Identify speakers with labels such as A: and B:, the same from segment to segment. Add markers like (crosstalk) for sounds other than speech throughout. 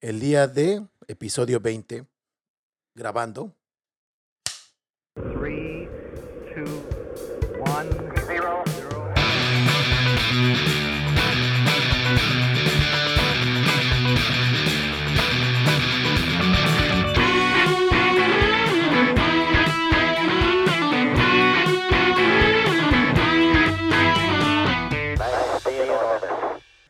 A: El día de episodio 20, grabando.
B: 3, 2, 1, 0, 0.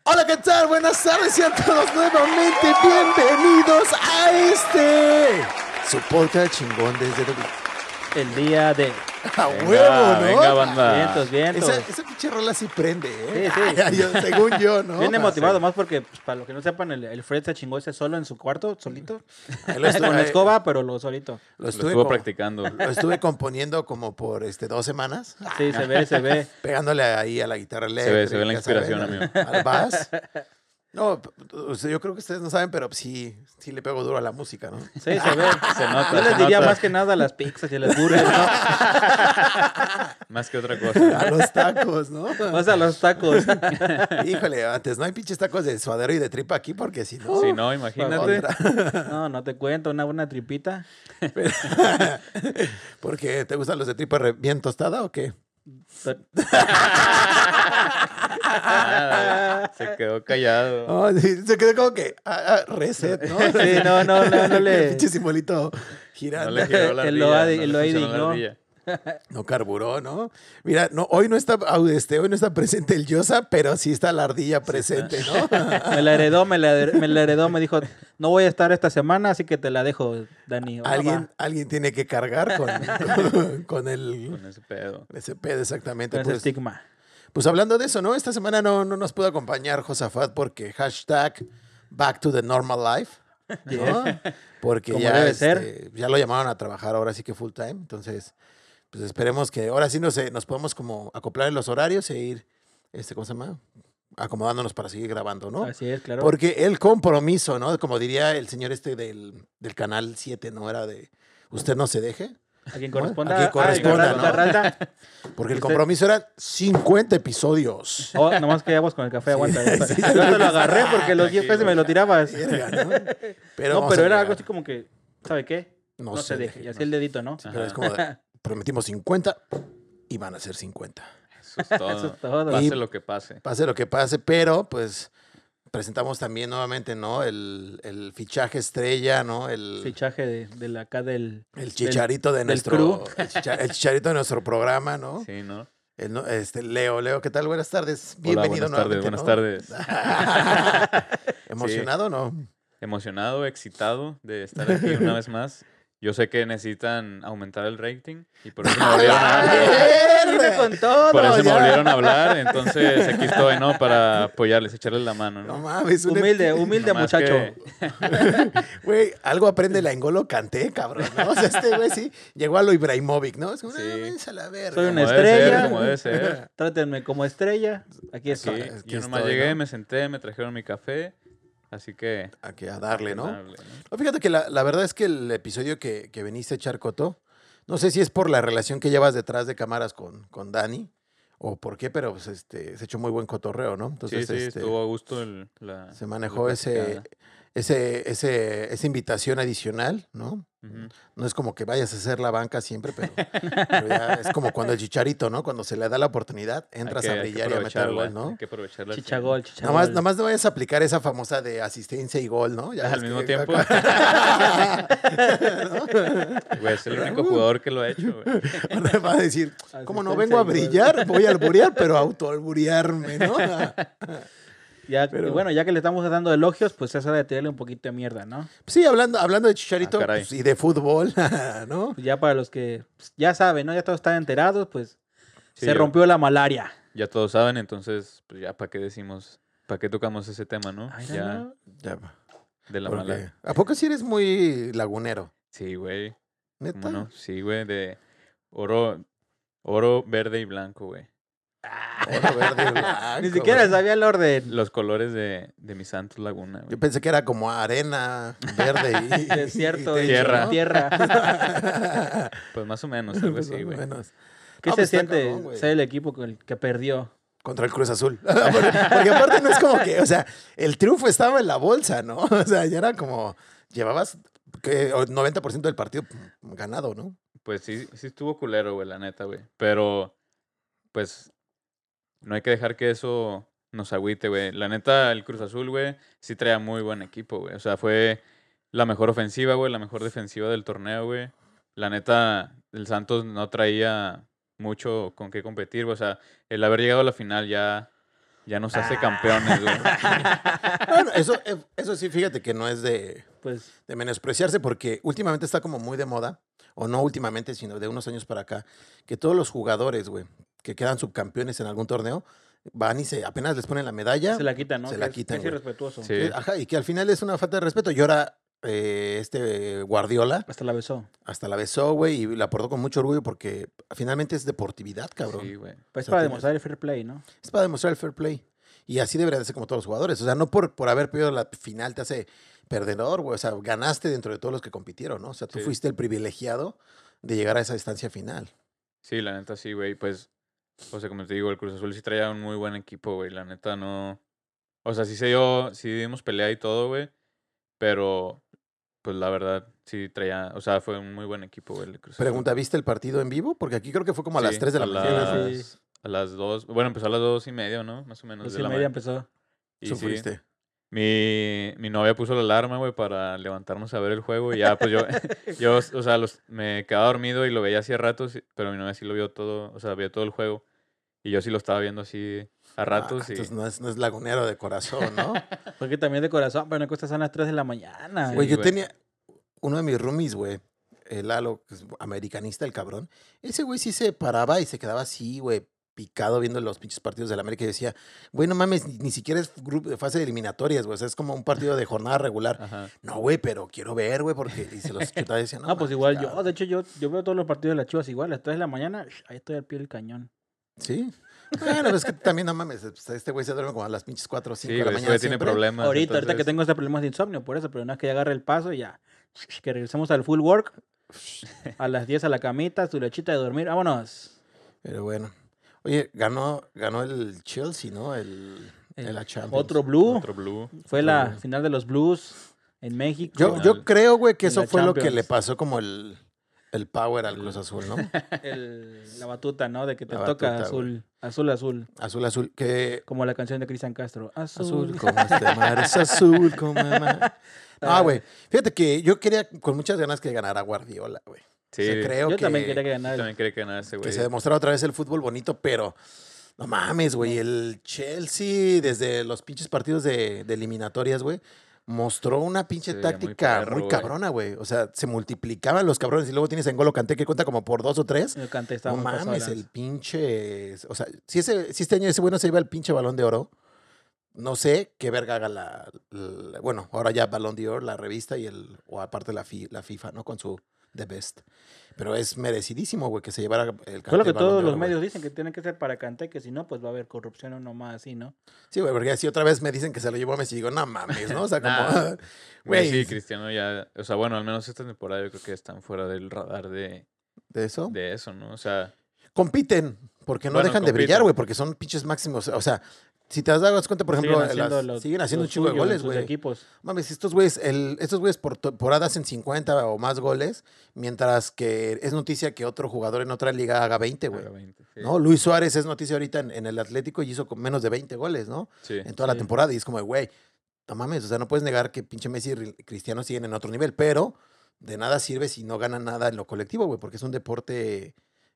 A: Hola, ¿qué tal? Buenas tardes y a todos nuevamente bienvenidos a este, su podcast chingón desde Dublín.
C: El día de.
A: (laughs) A
D: Venga,
A: huevo, ¿no?
D: Venga, banda.
C: Vientos, vientos.
A: Ah. Esa, esa pinche rola sí prende, ¿eh?
C: Sí, sí.
A: (laughs) Ay, yo- según yo, ¿no?
C: Viene motivado más porque, pues, para los que no sepan, el, el Fred se chingó ese solo en su cuarto,
A: (laughs)
C: solito.
A: Ahí
C: (laughs) Con
A: estuve-
C: la escoba, pero lo solito.
A: Lo
D: Lo
A: estuve,
D: estuvo
A: co-
D: practicando.
A: lo estuve componiendo como por este, dos semanas,
C: Sí, se ve,
A: (laughs)
C: se ve.
A: pegándole ahí a la guitarra
D: ve- se ve
A: eléctrica.
D: la inspiración,
A: ¿saben?
D: amigo.
A: Al
D: (laughs)
A: bass. No, p- o sea, yo creo que ustedes no saben, pero sí, sí le pego duro a la música, ¿no?
C: Sí, se ve.
D: Se nota.
C: Yo les
D: se
C: diría
D: nota.
C: más que nada las pizzas y las burgers,
A: (laughs)
C: ¿no?
D: Más que otra
A: A
D: cosa.
A: los tacos, ¿no?
C: Más a los tacos.
A: (laughs)
C: (laughs)
A: Híjole, antes no hay pinches tacos de suadero y de tripa aquí porque si no.
D: Si no, imagínate.
A: (laughs) Otra.
C: No, no te cuento, una buena tripita.
A: (laughs) Porque te gustan los de tripa re- bien tostada o
D: (laughs)
A: qué?
C: Pero-
D: Nada, se quedó callado.
A: No, sí, se quedó como que ah, ah, reset, ¿no?
C: Sí, no, no, no,
A: (laughs)
C: no le-
A: El pinche simbolito girando.
D: No
A: No,
D: le giró la
C: Él
D: ardilla.
C: lo ha-
D: no
C: él
D: le
C: lo ha
D: funcionó la
C: adivinó.
D: ardilla.
A: carburó, ¿no? Mira, no, hoy no está au, este, hoy no está presente el Yosa, pero sí está la ardilla presente,
C: (laughs)
A: ¿no?
C: Me la heredó, me la, me la heredó, me dijo, no voy a estar esta semana, así que te la dejo, Dani. Ahora
A: alguien,
C: va.
A: alguien tiene que cargar con, (laughs) con el
D: Con ese pedo.
A: ese pedo, exactamente.
C: Con ese
A: pues.
C: estigma.
A: Pues hablando de eso, ¿no? Esta semana no, no nos pudo acompañar Josafat porque hashtag back to the normal life. ¿no? (laughs) Porque
C: Como
A: ya,
C: debe
A: este,
C: ser.
A: ya lo llamaron a trabajar ahora sí que full time. Entonces, pues esperemos que ahora sí nos, eh, nos podemos como acoplar en los horarios e ir, este, ¿cómo se llama? Acomodándonos para seguir grabando, ¿no?
C: Así es, claro.
A: Porque el compromiso, ¿no? Como diría el señor este del, del canal 7, ¿no? Era de, usted no se deje.
C: A quien
A: Bueno,
C: corresponda.
A: a quien
C: Ah,
A: corresponda,
C: la- la
A: ¿no?
C: ralda.
A: Porque el
C: Usted-
A: compromiso eran 50 episodios.
C: Oh, nomás que vamos con el café,
A: (laughs)
C: aguanta. aguanta.
A: sí. Ah,
C: Yo te lo agarré porque los 10
D: Tranquilo.
C: pesos me lo tirabas.
A: Verga,
C: (laughs)
A: ¿no? Pero
C: no,
A: vamos a
C: pero era
A: llegar.
C: algo así como que, ¿sabe qué? No, se deje. Y así el dedito, ¿no?
A: Pero es como de, prometimos 50 y van a ser 50.
D: Eso es todo.
C: Eso es todo.
A: Y-
D: Pase lo que pase.
A: Pase lo que pase, pero pues presentamos también nuevamente, ¿no? El, el fichaje estrella, ¿no? El,
C: Fichaje de, de la- acá del.
A: el chicharito de
C: del
A: nuestro. El, chicha- el chicharito de nuestro programa, ¿no?
D: Sí, ¿no?
A: El no- este, Leo, Leo, ¿qué tal? Buenas tardes.
D: Hola,
A: Bienvenido
D: buenas tardes.
A: nuevamente,
D: Buenas
A: ¿no?
D: tardes.
C: (laughs)
A: (laughs) ¿Emocionado o no?
D: Emocionado, excitado de estar aquí una vez más. Yo sé que necesitan aumentar el rating y por eso me volvieron
A: Ah,
C: Ah,
D: a...
C: Viene con todo.
D: Por eso me
A: ya.
D: volvieron a hablar, entonces aquí estoy, ¿no? Para apoyarles, echarles la mano,
A: No
D: ¿no?
A: mames. un-
C: Humilde, humilde
D: Nomás
C: muchacho.
D: que-
A: Güey, algo aprende la engolo canté, cabrón, ¿no? O sea, este güey sí llegó a lo Ibrahimovic, ¿no? Es como,
D: Sí.
A: "Ah, váyanse a la verga.
C: Soy una
D: Como debe
C: estrella.
D: ser, como debe ser.
C: Trátenme como estrella. Aquí
D: Sí,
C: estoy.
A: aquí
D: yo nomás
A: estoy,
D: llegué,
A: ¿no?
D: me senté, me trajeron mi café, así que...
A: (laughs) a, que- a darle, ¿no?
D: dale,
A: No, Fíjate que la, la verdad es que el episodio que, que veniste a echar coto, no sé si es por la relación que llevas detrás de cámaras con, con Dani o por qué, pero pues, este, se echó muy buen cotorreo, ¿no? Entonces,
D: sí, sí,
A: este,
D: estuvo a gusto el, la...
A: se
D: la
A: manejó ese,
D: platicada.
A: ese, ese, esa invitación adicional, ¿no?
D: Ujú.
A: No es como que vayas a hacer la banca siempre,
D: (laughs)
A: pero, pero ya es como cuando el chicharito, ¿no? Cuando se le da la oportunidad,
D: Hay
A: entras
D: que- hay
A: a
D: que
A: brillar y a meter
D: aprovecharla,
A: gol, ¿no?
D: Hay que aprovecharla.
C: Chichagol, chichagol.
A: Nada más, nada más no vayas a aplicar esa famosa de asistencia y gol, ¿no?
D: Al
A: ves
D: mismo
A: que-
D: tiempo. (laughs)
A: (laughs)
D: Güey, es el único
A: Uh.
D: jugador que lo ha hecho,
A: (laughs)
D: güey.
A: Ahora va a decir, como no vengo a
C: Asistencia
A: brillar, voy a alburear, pero a autoalburearme,
D: (laughs)
A: ¿no? Ah, pues
C: Ya,
A: Pero-
C: Y bueno, ya que le estamos dando elogios, pues es hora de tirarle un poquito de mierda, ¿no?
A: Sí, hablando, hablando de Chicharito
D: Ah, caray.
A: pues, y de fútbol, (laughs) ¿no?
C: Pues ya para los que pues, ya saben, ¿no? Ya todos están enterados, pues se
D: Sí, yo-
C: rompió la malaria.
D: Ya todos saben, entonces, pues ya, ¿para qué decimos? ¿Para qué tocamos ese tema, no?
C: Ay, no,
D: ya,
C: no.
A: Ya,
D: de la
A: porque-
D: mala.
A: ¿A poco sí eres muy lagunero?
D: Sí, güey.
A: ¿Neta?
D: ¿Cómo no? Sí, güey, de oro, oro verde y blanco, güey.
A: Oro verde y
D: (laughs)
A: blanco,
C: Ni siquiera
A: güey.
C: sabía
A: (laughs)
C: el orden.
D: Los colores de, de mi Santos Laguna, güey.
A: Yo pensé que era como arena, verde y...
C: Desierto,
A: y
C: y
A: techo,
C: (laughs)
D: tierra.
A: (laughs) ¿no?
C: tierra.
D: Pues más o menos, algo
A: Pues,
D: así,
A: (laughs)
D: güey.
A: menos.
C: ¿Qué
A: No,
C: se
A: pues, está
C: siente
A: cabrón, güey.
C: ser el equipo con el que perdió?
A: Contra el Cruz Azul. (laughs) porque, porque aparte no es como que, o sea, el triunfo estaba en la bolsa, ¿no? (laughs) O sea, ya era como, llevabas que o 90% del partido ganado, ¿no?
D: Pues sí, sí estuvo culero, güey, la neta, güey. Pero, pues, no hay que dejar que eso nos agüite, güey. La neta, el Cruz Azul, güey, sí traía muy buen equipo, güey. O sea, fue la mejor ofensiva, güey, la mejor defensiva del torneo, güey. La neta, el Santos no traía mucho con qué competir, güey. O sea, el haber llegado a la final ya, ya nos hace campeones, güey.
A: Bueno, eso, eh, eso sí, fíjate que no es de,
C: Pues
A: de menospreciarse porque últimamente está como muy de moda, o no últimamente, sino de unos años para acá, que todos los jugadores, güey, que quedan subcampeones en algún torneo, van y se apenas les ponen la medalla.
C: se la quitan, ¿no?
A: se
C: Que
A: la
C: es- que
A: quitan,
C: Es
A: güey.
C: irrespetuoso.
D: Sí.
A: Eh, Ajá, y que al final es una falta de respeto. Y ahora eh, este Guardiola
C: Hasta la besó.
A: hasta la besó, güey, y la portó con mucho orgullo porque finalmente es deportividad, cabrón.
D: Sí, güey.
A: O
C: Pues
A: sea,
C: para
A: tienes-
C: demostrar el fair play, ¿no?
A: Es para demostrar el fair play. Y así debería de ser como todos los jugadores. O sea, no por, por haber perdido la final te hace perdedor, güey. O sea, ganaste dentro de todos los que compitieron, ¿no? O sea, tú
D: Sí.
A: fuiste el privilegiado de llegar a esa instancia final.
D: Sí, la neta sí, güey. Pues, o sea, como te digo, el Cruz Azul sí traía un muy buen equipo, güey. La neta no. O sea, sí se dio, sí dimos pelea y todo, güey. Pero, pues la verdad, sí traía. O sea, fue un muy buen equipo, güey. el Cruz Azul.
A: Pregunta, ¿viste el partido en vivo? Porque aquí creo que fue como a las
D: Sí,
A: 3 de la
D: a
A: mañana.
C: la-
D: Las,
C: Sí.
D: A las 2. Bueno, empezó a las dos y media, ¿no? Más o menos.
C: Dos
D: de
C: y
D: la
C: media
D: ma-
C: empezó.
D: y sí,
A: Sufriste.
D: mi, mi novia puso la alarma, güey, para levantarnos a ver el juego. Y ya, pues yo,
A: (laughs)
D: (laughs) yo o sea, los, me quedaba dormido y lo veía hacía ratos, y- pero mi novia sí lo vio todo, o sea, vio todo el juego. Y yo sí lo estaba viendo así a
A: Ah,
D: ratos. y,
A: entonces no es, no es lagunero de corazón,
D: (laughs)
A: ¿no?
C: Porque también de corazón, pero no cuesta son las 3 de la mañana.
A: Güey,
D: Sí,
A: yo
D: güey.
A: tenía uno de mis roomies, güey. El Lalo, que es americanista, el cabrón. Ese güey sí se paraba y se quedaba así, güey, picado viendo los pinches partidos del América y decía, güey, no mames, ni, ni siquiera es grupo de fase de eliminatorias, güey. O sea, es como un partido de jornada regular.
D: Ajá.
A: No, güey, pero quiero ver, güey, porque. Y se los chutaba y decía, no.
D: Ah,
C: No,
A: mames,
C: pues igual yo.
A: cabrón".
C: De hecho, yo, yo veo todos los partidos de las chivas igual. A las 3 de la mañana, sh, ahí estoy al pie del cañón.
A: Sí. Bueno, es que también, no mames, pues, este güey se duerme como a las pinches 4 o 5
D: Sí,
A: de la
D: güey, ese
A: mañana.
D: güey tiene
A: siempre.
D: problemas.
C: ahorita, ahorita que
D: entonces-
C: tengo este problema de insomnio, por eso, pero una vez que ya agarre el paso, ya. sh, sh, Que regresemos al full work. (laughs) A las 10 a la camita, tu lechita de dormir. Vámonos.
A: Pero bueno. Oye, ganó, ganó el Chelsea, ¿no? El, el la Champions.
C: Otro blue.
D: Otro blue.
C: Fue la final de los blues en México.
A: Yo,
D: Con
A: yo
D: el-
A: creo, güey, que
C: en
A: eso
C: la
A: fue lo que le
C: Champions.
A: pasó como el, el power al Cruz Azul, ¿no?
C: El- la batuta, ¿no? De que te
A: La
C: toca
A: batuta,
C: azul, azul, azul.
A: Azul, azul, que...
C: Como la canción de Cristian Castro. Azul.
A: Azul como este mar, es azul como el mar. Ah, güey. Fíjate que yo quería con muchas ganas que ganara Guardiola, güey. O
D: Sí,
A: sea, creo
C: Yo
A: que,
C: también quería
A: que,
C: que ganara.
D: también cree que ganara ese güey.
A: se demostrara otra vez el fútbol bonito, pero no mames, güey. El Chelsea, desde los pinches partidos de, de eliminatorias, güey, mostró una pinche
D: Sí, muy
A: táctica muy,
D: perro, güey.
A: cabrona, güey. O sea, se multiplicaban los cabrones y luego tienes a N'Golo Kanté que cuenta como por dos o tres.
C: El Kanté estaba
A: No
C: muy pasado de
A: mames,
C: lanza.
A: el pinche. O sea, si, ese, si este año ese bueno se iba el pinche balón de oro, no sé qué verga haga la. la- bueno, ahora ya Balón de Oro, la revista y el. O aparte la, fi- la FIFA, ¿no? Con su The Best. Pero es merecidísimo, güey, que se llevara el
C: Fue
A: Kanté
C: lo que
A: Balón
C: todos
A: de
C: los
A: Oro, güey.
C: medios dicen que tiene que ser para Kanté, que si no, pues va a haber corrupción o nomás así, ¿no?
A: Sí, güey, porque así otra vez me dicen que se lo llevó a Messi y digo, no mames, ¿no? O sea, como.
D: Nah. Güey,
A: (laughs) Güey.
D: sí, Cristiano ya. O sea, bueno, al menos esta temporada yo creo que están fuera del radar de,
A: de eso.
D: de eso, ¿no? O sea,
A: Compiten, porque no
D: Bueno,
A: dejan de brillar,
D: compiten.
A: güey, porque son pinches máximos. O sea, si te has dado cuenta, por ejemplo,
C: siguen
A: en
C: haciendo,
A: las-
C: lo-
A: siguen haciendo
C: lo
A: un chingo de
C: suyo en
A: goles,
C: sus
A: güey.
C: equipos.
A: Mames, estos güeyes, el- estos güeyes por temporada hacen 50 o más goles, mientras que es noticia que otro jugador en otra liga haga 20, güey.
D: haga 20, sí.
A: ¿No? Luis Suárez es noticia ahorita en, en el Atlético y hizo con menos de 20 goles, ¿no?
D: Sí.
A: En toda la
C: Sí.
A: temporada. Y es como, güey, no mames, o sea, no puedes negar que pinche Messi y Ri- Cristiano siguen en otro nivel, pero de nada sirve si no ganan nada en lo colectivo, güey, porque es un deporte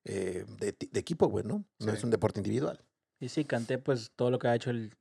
A: eh, de, ti- de equipo, güey, ¿no? No
D: Sí.
A: es un deporte individual.
C: Y sí, Kanté, pues todo lo que ha hecho el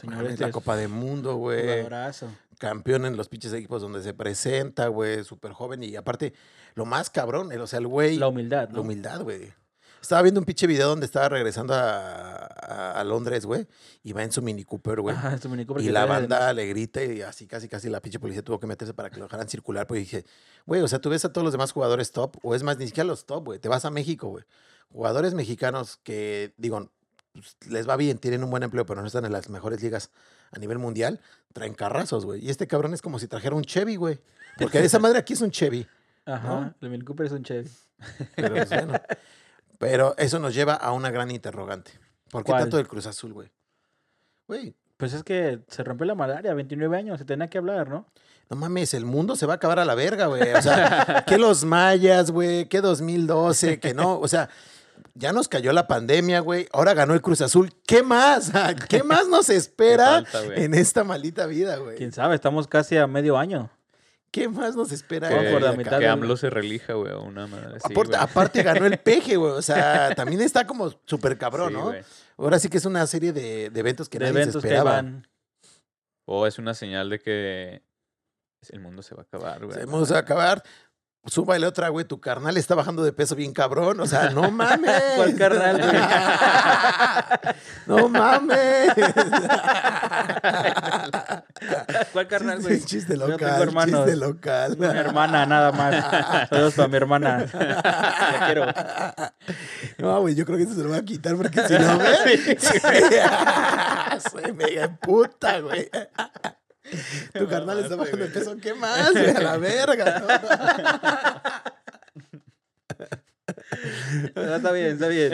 C: señor
A: Mames,
C: este
A: la Copa del Mundo, güey.
C: jugadorazo.
A: campeón en los pinches equipos donde se presenta, güey, súper joven. Y aparte, lo más cabrón, el- o sea, el güey,
C: La
A: la,
C: humildad, ¿no?
A: humildad, güey. Estaba viendo un pinche video donde estaba regresando a, a- a Londres, güey, y va en su Mini Cooper, güey.
C: Ajá, su minicuper
A: Y
C: que
A: la
C: trae de-
A: banda le grita y así casi casi la pinche policía tuvo que meterse para que lo dejaran circular. Porque dije, güey, o sea, tú ves a todos los demás jugadores top, o es más, ni siquiera los top, güey. Te vas a México, güey. Jugadores mexicanos que, digo, pues, les va bien, tienen un buen empleo, pero no están en las mejores ligas a nivel mundial, traen carrazos, güey. Y este cabrón es como si trajera un Chevy, güey. Porque esa madre aquí es un Chevy.
C: Ajá,
A: ¿no?
C: el Mini Cooper es un chef.
A: Pero, pues, bueno. Pero eso nos lleva a una gran interrogante. ¿Por qué
C: ¿Cuál?
A: tanto del Cruz Azul, güey? Güey,
C: Pues es que se rompió la malaria, 29 años, se tenía que hablar, ¿no?
A: no mames, el mundo se va a acabar a la verga, güey. O
C: (laughs)
A: sea, que los mayas, güey, que 2012, que no. O sea, ya nos cayó la pandemia, güey. Ahora ganó el Cruz Azul. ¿Qué más? (laughs) ¿Qué más nos espera
D: falta, güey?
A: en esta maldita vida, güey?
C: Quién sabe, estamos casi a medio año.
A: ¿Qué más nos espera?
D: Que,
A: en
C: Vamos por la
A: vida,
C: mitad
A: cabrón?
D: que
C: del-
D: AMLO se relija, güey, o una madre así,
A: Aparte,
D: güey.
A: aparte ganó el peje, güey. O
C: (laughs)
A: sea, también está como súper cabrón,
D: Sí,
A: ¿no?
D: güey.
A: Ahora sí que es una serie de, de eventos que
C: de
A: nadie
C: eventos
A: se
C: que
A: esperaba.
C: van.
D: O es una señal de que el mundo se va a acabar,
C: Pues,
D: güey.
A: Se vamos a acabar. Súbale otra, güey. Tu carnal está bajando de peso bien cabrón. O sea, no mames.
C: (laughs) ¿Cuál carnal, güey?
A: (laughs) no mames.
C: ¿Cuál (laughs) carnal, güey?
A: Chiste, chiste
C: Yo tengo
A: local.
C: hermanos.
A: Chiste local. (laughs)
C: Una hermana, nada más. Saludos para mi hermana. La quiero.
A: No, güey, yo creo que eso se lo voy a quitar porque si no,
C: (laughs)
A: güey.
D: Sí.
A: (laughs) sí. Soy mega puta, güey. Tu carnal está
D: Mamaste,
A: bajando de
D: güey.
A: peso. ¿Qué más, güey? A la verga,
C: No, está bien, está bien.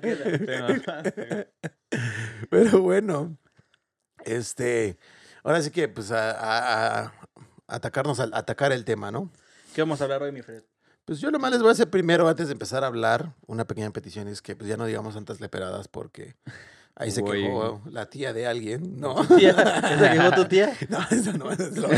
D: Te mamaste, güey.
A: ¿no? (laughs) Pero bueno, este. Ahora sí que, pues, a, a- a- atacarnos, al atacar el tema, ¿no?
C: ¿Qué vamos a hablar hoy, mi Fred?
A: Pues yo lo más les voy a hacer primero, antes de empezar a hablar, una pequeña petición es que pues, ya no digamos tantas leperadas porque ahí se
D: Güey.
A: quejó la tía de alguien, ¿no?
D: (laughs)
C: ¿Tía? ¿Esa que llegó tu tía?
A: (laughs) No, eso no, eso es lo (laughs)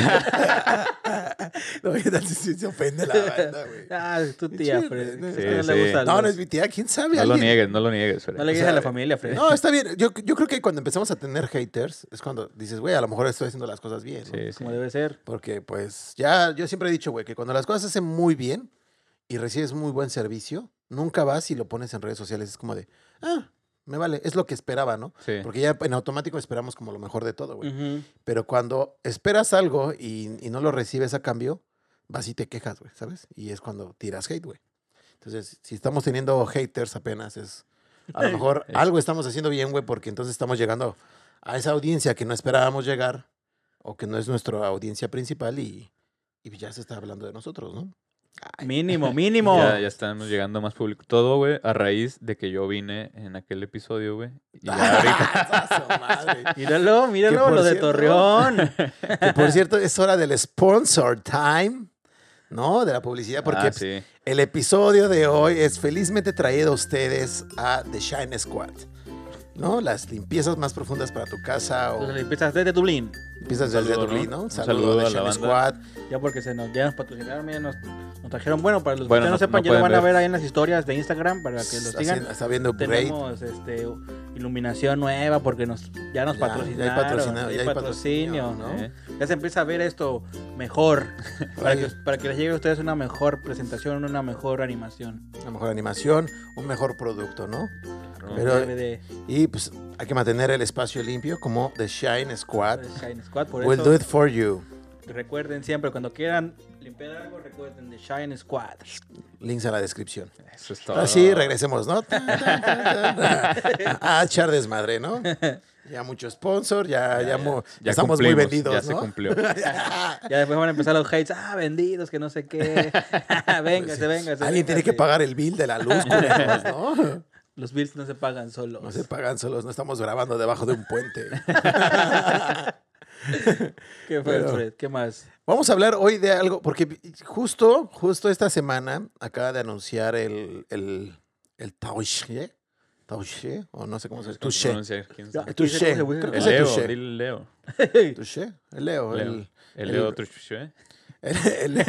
A: No, ¿qué tal si se ofende la banda,
D: (laughs)
A: güey?
C: Ah, es tu tía,
A: Sí,
C: Fred.
A: no,
C: Eso
D: sí,
C: no
D: sí.
C: le gusta. a
A: No, no
C: los-
A: es mi tía, ¿quién sabe?
D: No lo
A: alguien?
D: niegues, no lo niegues, Fred.
C: No
A: o
C: le digas a
A: sea,
C: la familia, Fred.
A: No, está bien. Yo, yo creo que cuando empezamos a tener haters es cuando dices, güey, a lo mejor estoy haciendo las cosas bien. ¿no?
D: Sí, sí.
C: Como debe ser.
A: Porque pues ya, yo siempre he dicho, güey, que cuando las cosas se hacen muy bien y recibes muy buen servicio, nunca vas y lo pones en redes sociales. Es como de, ah, me vale, es lo que esperaba, ¿no?
D: Sí.
A: Porque ya en automático esperamos como lo mejor de todo, güey.
C: Ujú.
A: Pero cuando esperas algo y, y no lo recibes a cambio, vas y te quejas, güey, ¿sabes? Y es cuando tiras hate, güey. Entonces, si estamos teniendo haters apenas, es a
D: (laughs)
A: lo mejor
D: Es-
A: algo estamos haciendo bien, güey, porque entonces estamos llegando a esa audiencia que no esperábamos llegar o que no es nuestra audiencia principal y, y ya se está hablando de nosotros, ¿no?
C: Mínimo, mínimo.
D: Ya, ya estamos llegando a más público. Todo, güey, a raíz de que yo vine en aquel episodio, güey.
A: (laughs)
D: Y ya ahorita.
A: ¡Ah, ¡Su madre!
C: Míralo, míralo,
A: por
C: lo de
A: cierto-
C: Torreón.
A: Que, por cierto, es hora del sponsor time, ¿no? De la publicidad, porque
D: Ah,
A: pues,
D: sí.
A: El episodio de hoy es felizmente traído a ustedes a The Shine Squad. ¿No? Las limpiezas más profundas para tu casa o
C: Entonces empiezas desde Dublín.
A: limpiezas desde
D: saludo, ¿no?
A: Dublín, ¿no?
D: Un
A: saludo,
D: saludo
A: a The
D: a la
A: Shine
D: banda.
A: Squad.
C: Ya porque se nos, ya nos patrocinaron, ya nos, nos trajeron. Bueno, para los
D: Bueno,
C: que no,
D: no-
C: sepan,
D: no
C: ya lo van
D: pueden
C: a
D: ver.
C: ver ahí en las historias de Instagram para que los sigan.
A: Haciendo- Está viendo upgrade.
C: Tenemos este, iluminación nueva porque nos, ya nos
A: Ya,
C: patrocinaron.
A: ya hay patrocinado, ya hay
C: patrocinio,
A: patrocinio, ¿no?
D: Eh,
C: Ya se empieza a ver esto mejor. para,
A: Oye.
C: que, para que les llegue a ustedes una mejor presentación, una mejor animación.
A: Una mejor animación, un mejor producto, ¿no?
D: no.
A: Pero-
C: DVD,
A: Y pues hay que mantener el espacio limpio como The Shine Squad.
C: Shine Squad. Pues, Por
A: We'll
C: eso,
A: do it for you.
C: recuerden siempre, cuando quieran limpiar algo, recuerden de Shine Squad.
A: Links en la descripción.
D: Eso es todo.
A: Ahora sí, regresemos, ¿no? Tan, tan, tan, tan, tan. A echar desmadre, ¿no? Ya mucho sponsor, ya, ya, mu-
D: Ya
A: estamos muy
D: cumplimos,
A: vendidos,
D: Ya
A: ¿no?
D: se cumplió.
C: Ya después van a empezar los hates. Ah, vendidos, que no
A: (laughs)
C: sé qué. (laughs) véngase, véngase.
A: Pues Alguien tiene que
C: véngase.
A: pagar el bill de la luz, culeros, ¿no?
C: Los bills no se pagan solos.
A: No se pagan solos, no estamos grabando debajo de un puente.
C: ¿Qué fue,
A: Pero-
C: Fred? ¿Qué más?
A: Vamos a hablar hoy de algo, porque justo, justo esta semana acaba de anunciar el, el, el Taoxie, Taoxie, o no sé cómo se dice, Touché.
D: pronunciar, quién sabe.
A: El Touché,
C: ¿Cómo se
A: creo que
D: El
A: es el
D: Leo,
A: Touché.
D: dile Leo.
A: Touché, el Leo, el...
D: Leo. El
A: el-
D: Leo ¿eh? Touché.
A: el- el- el-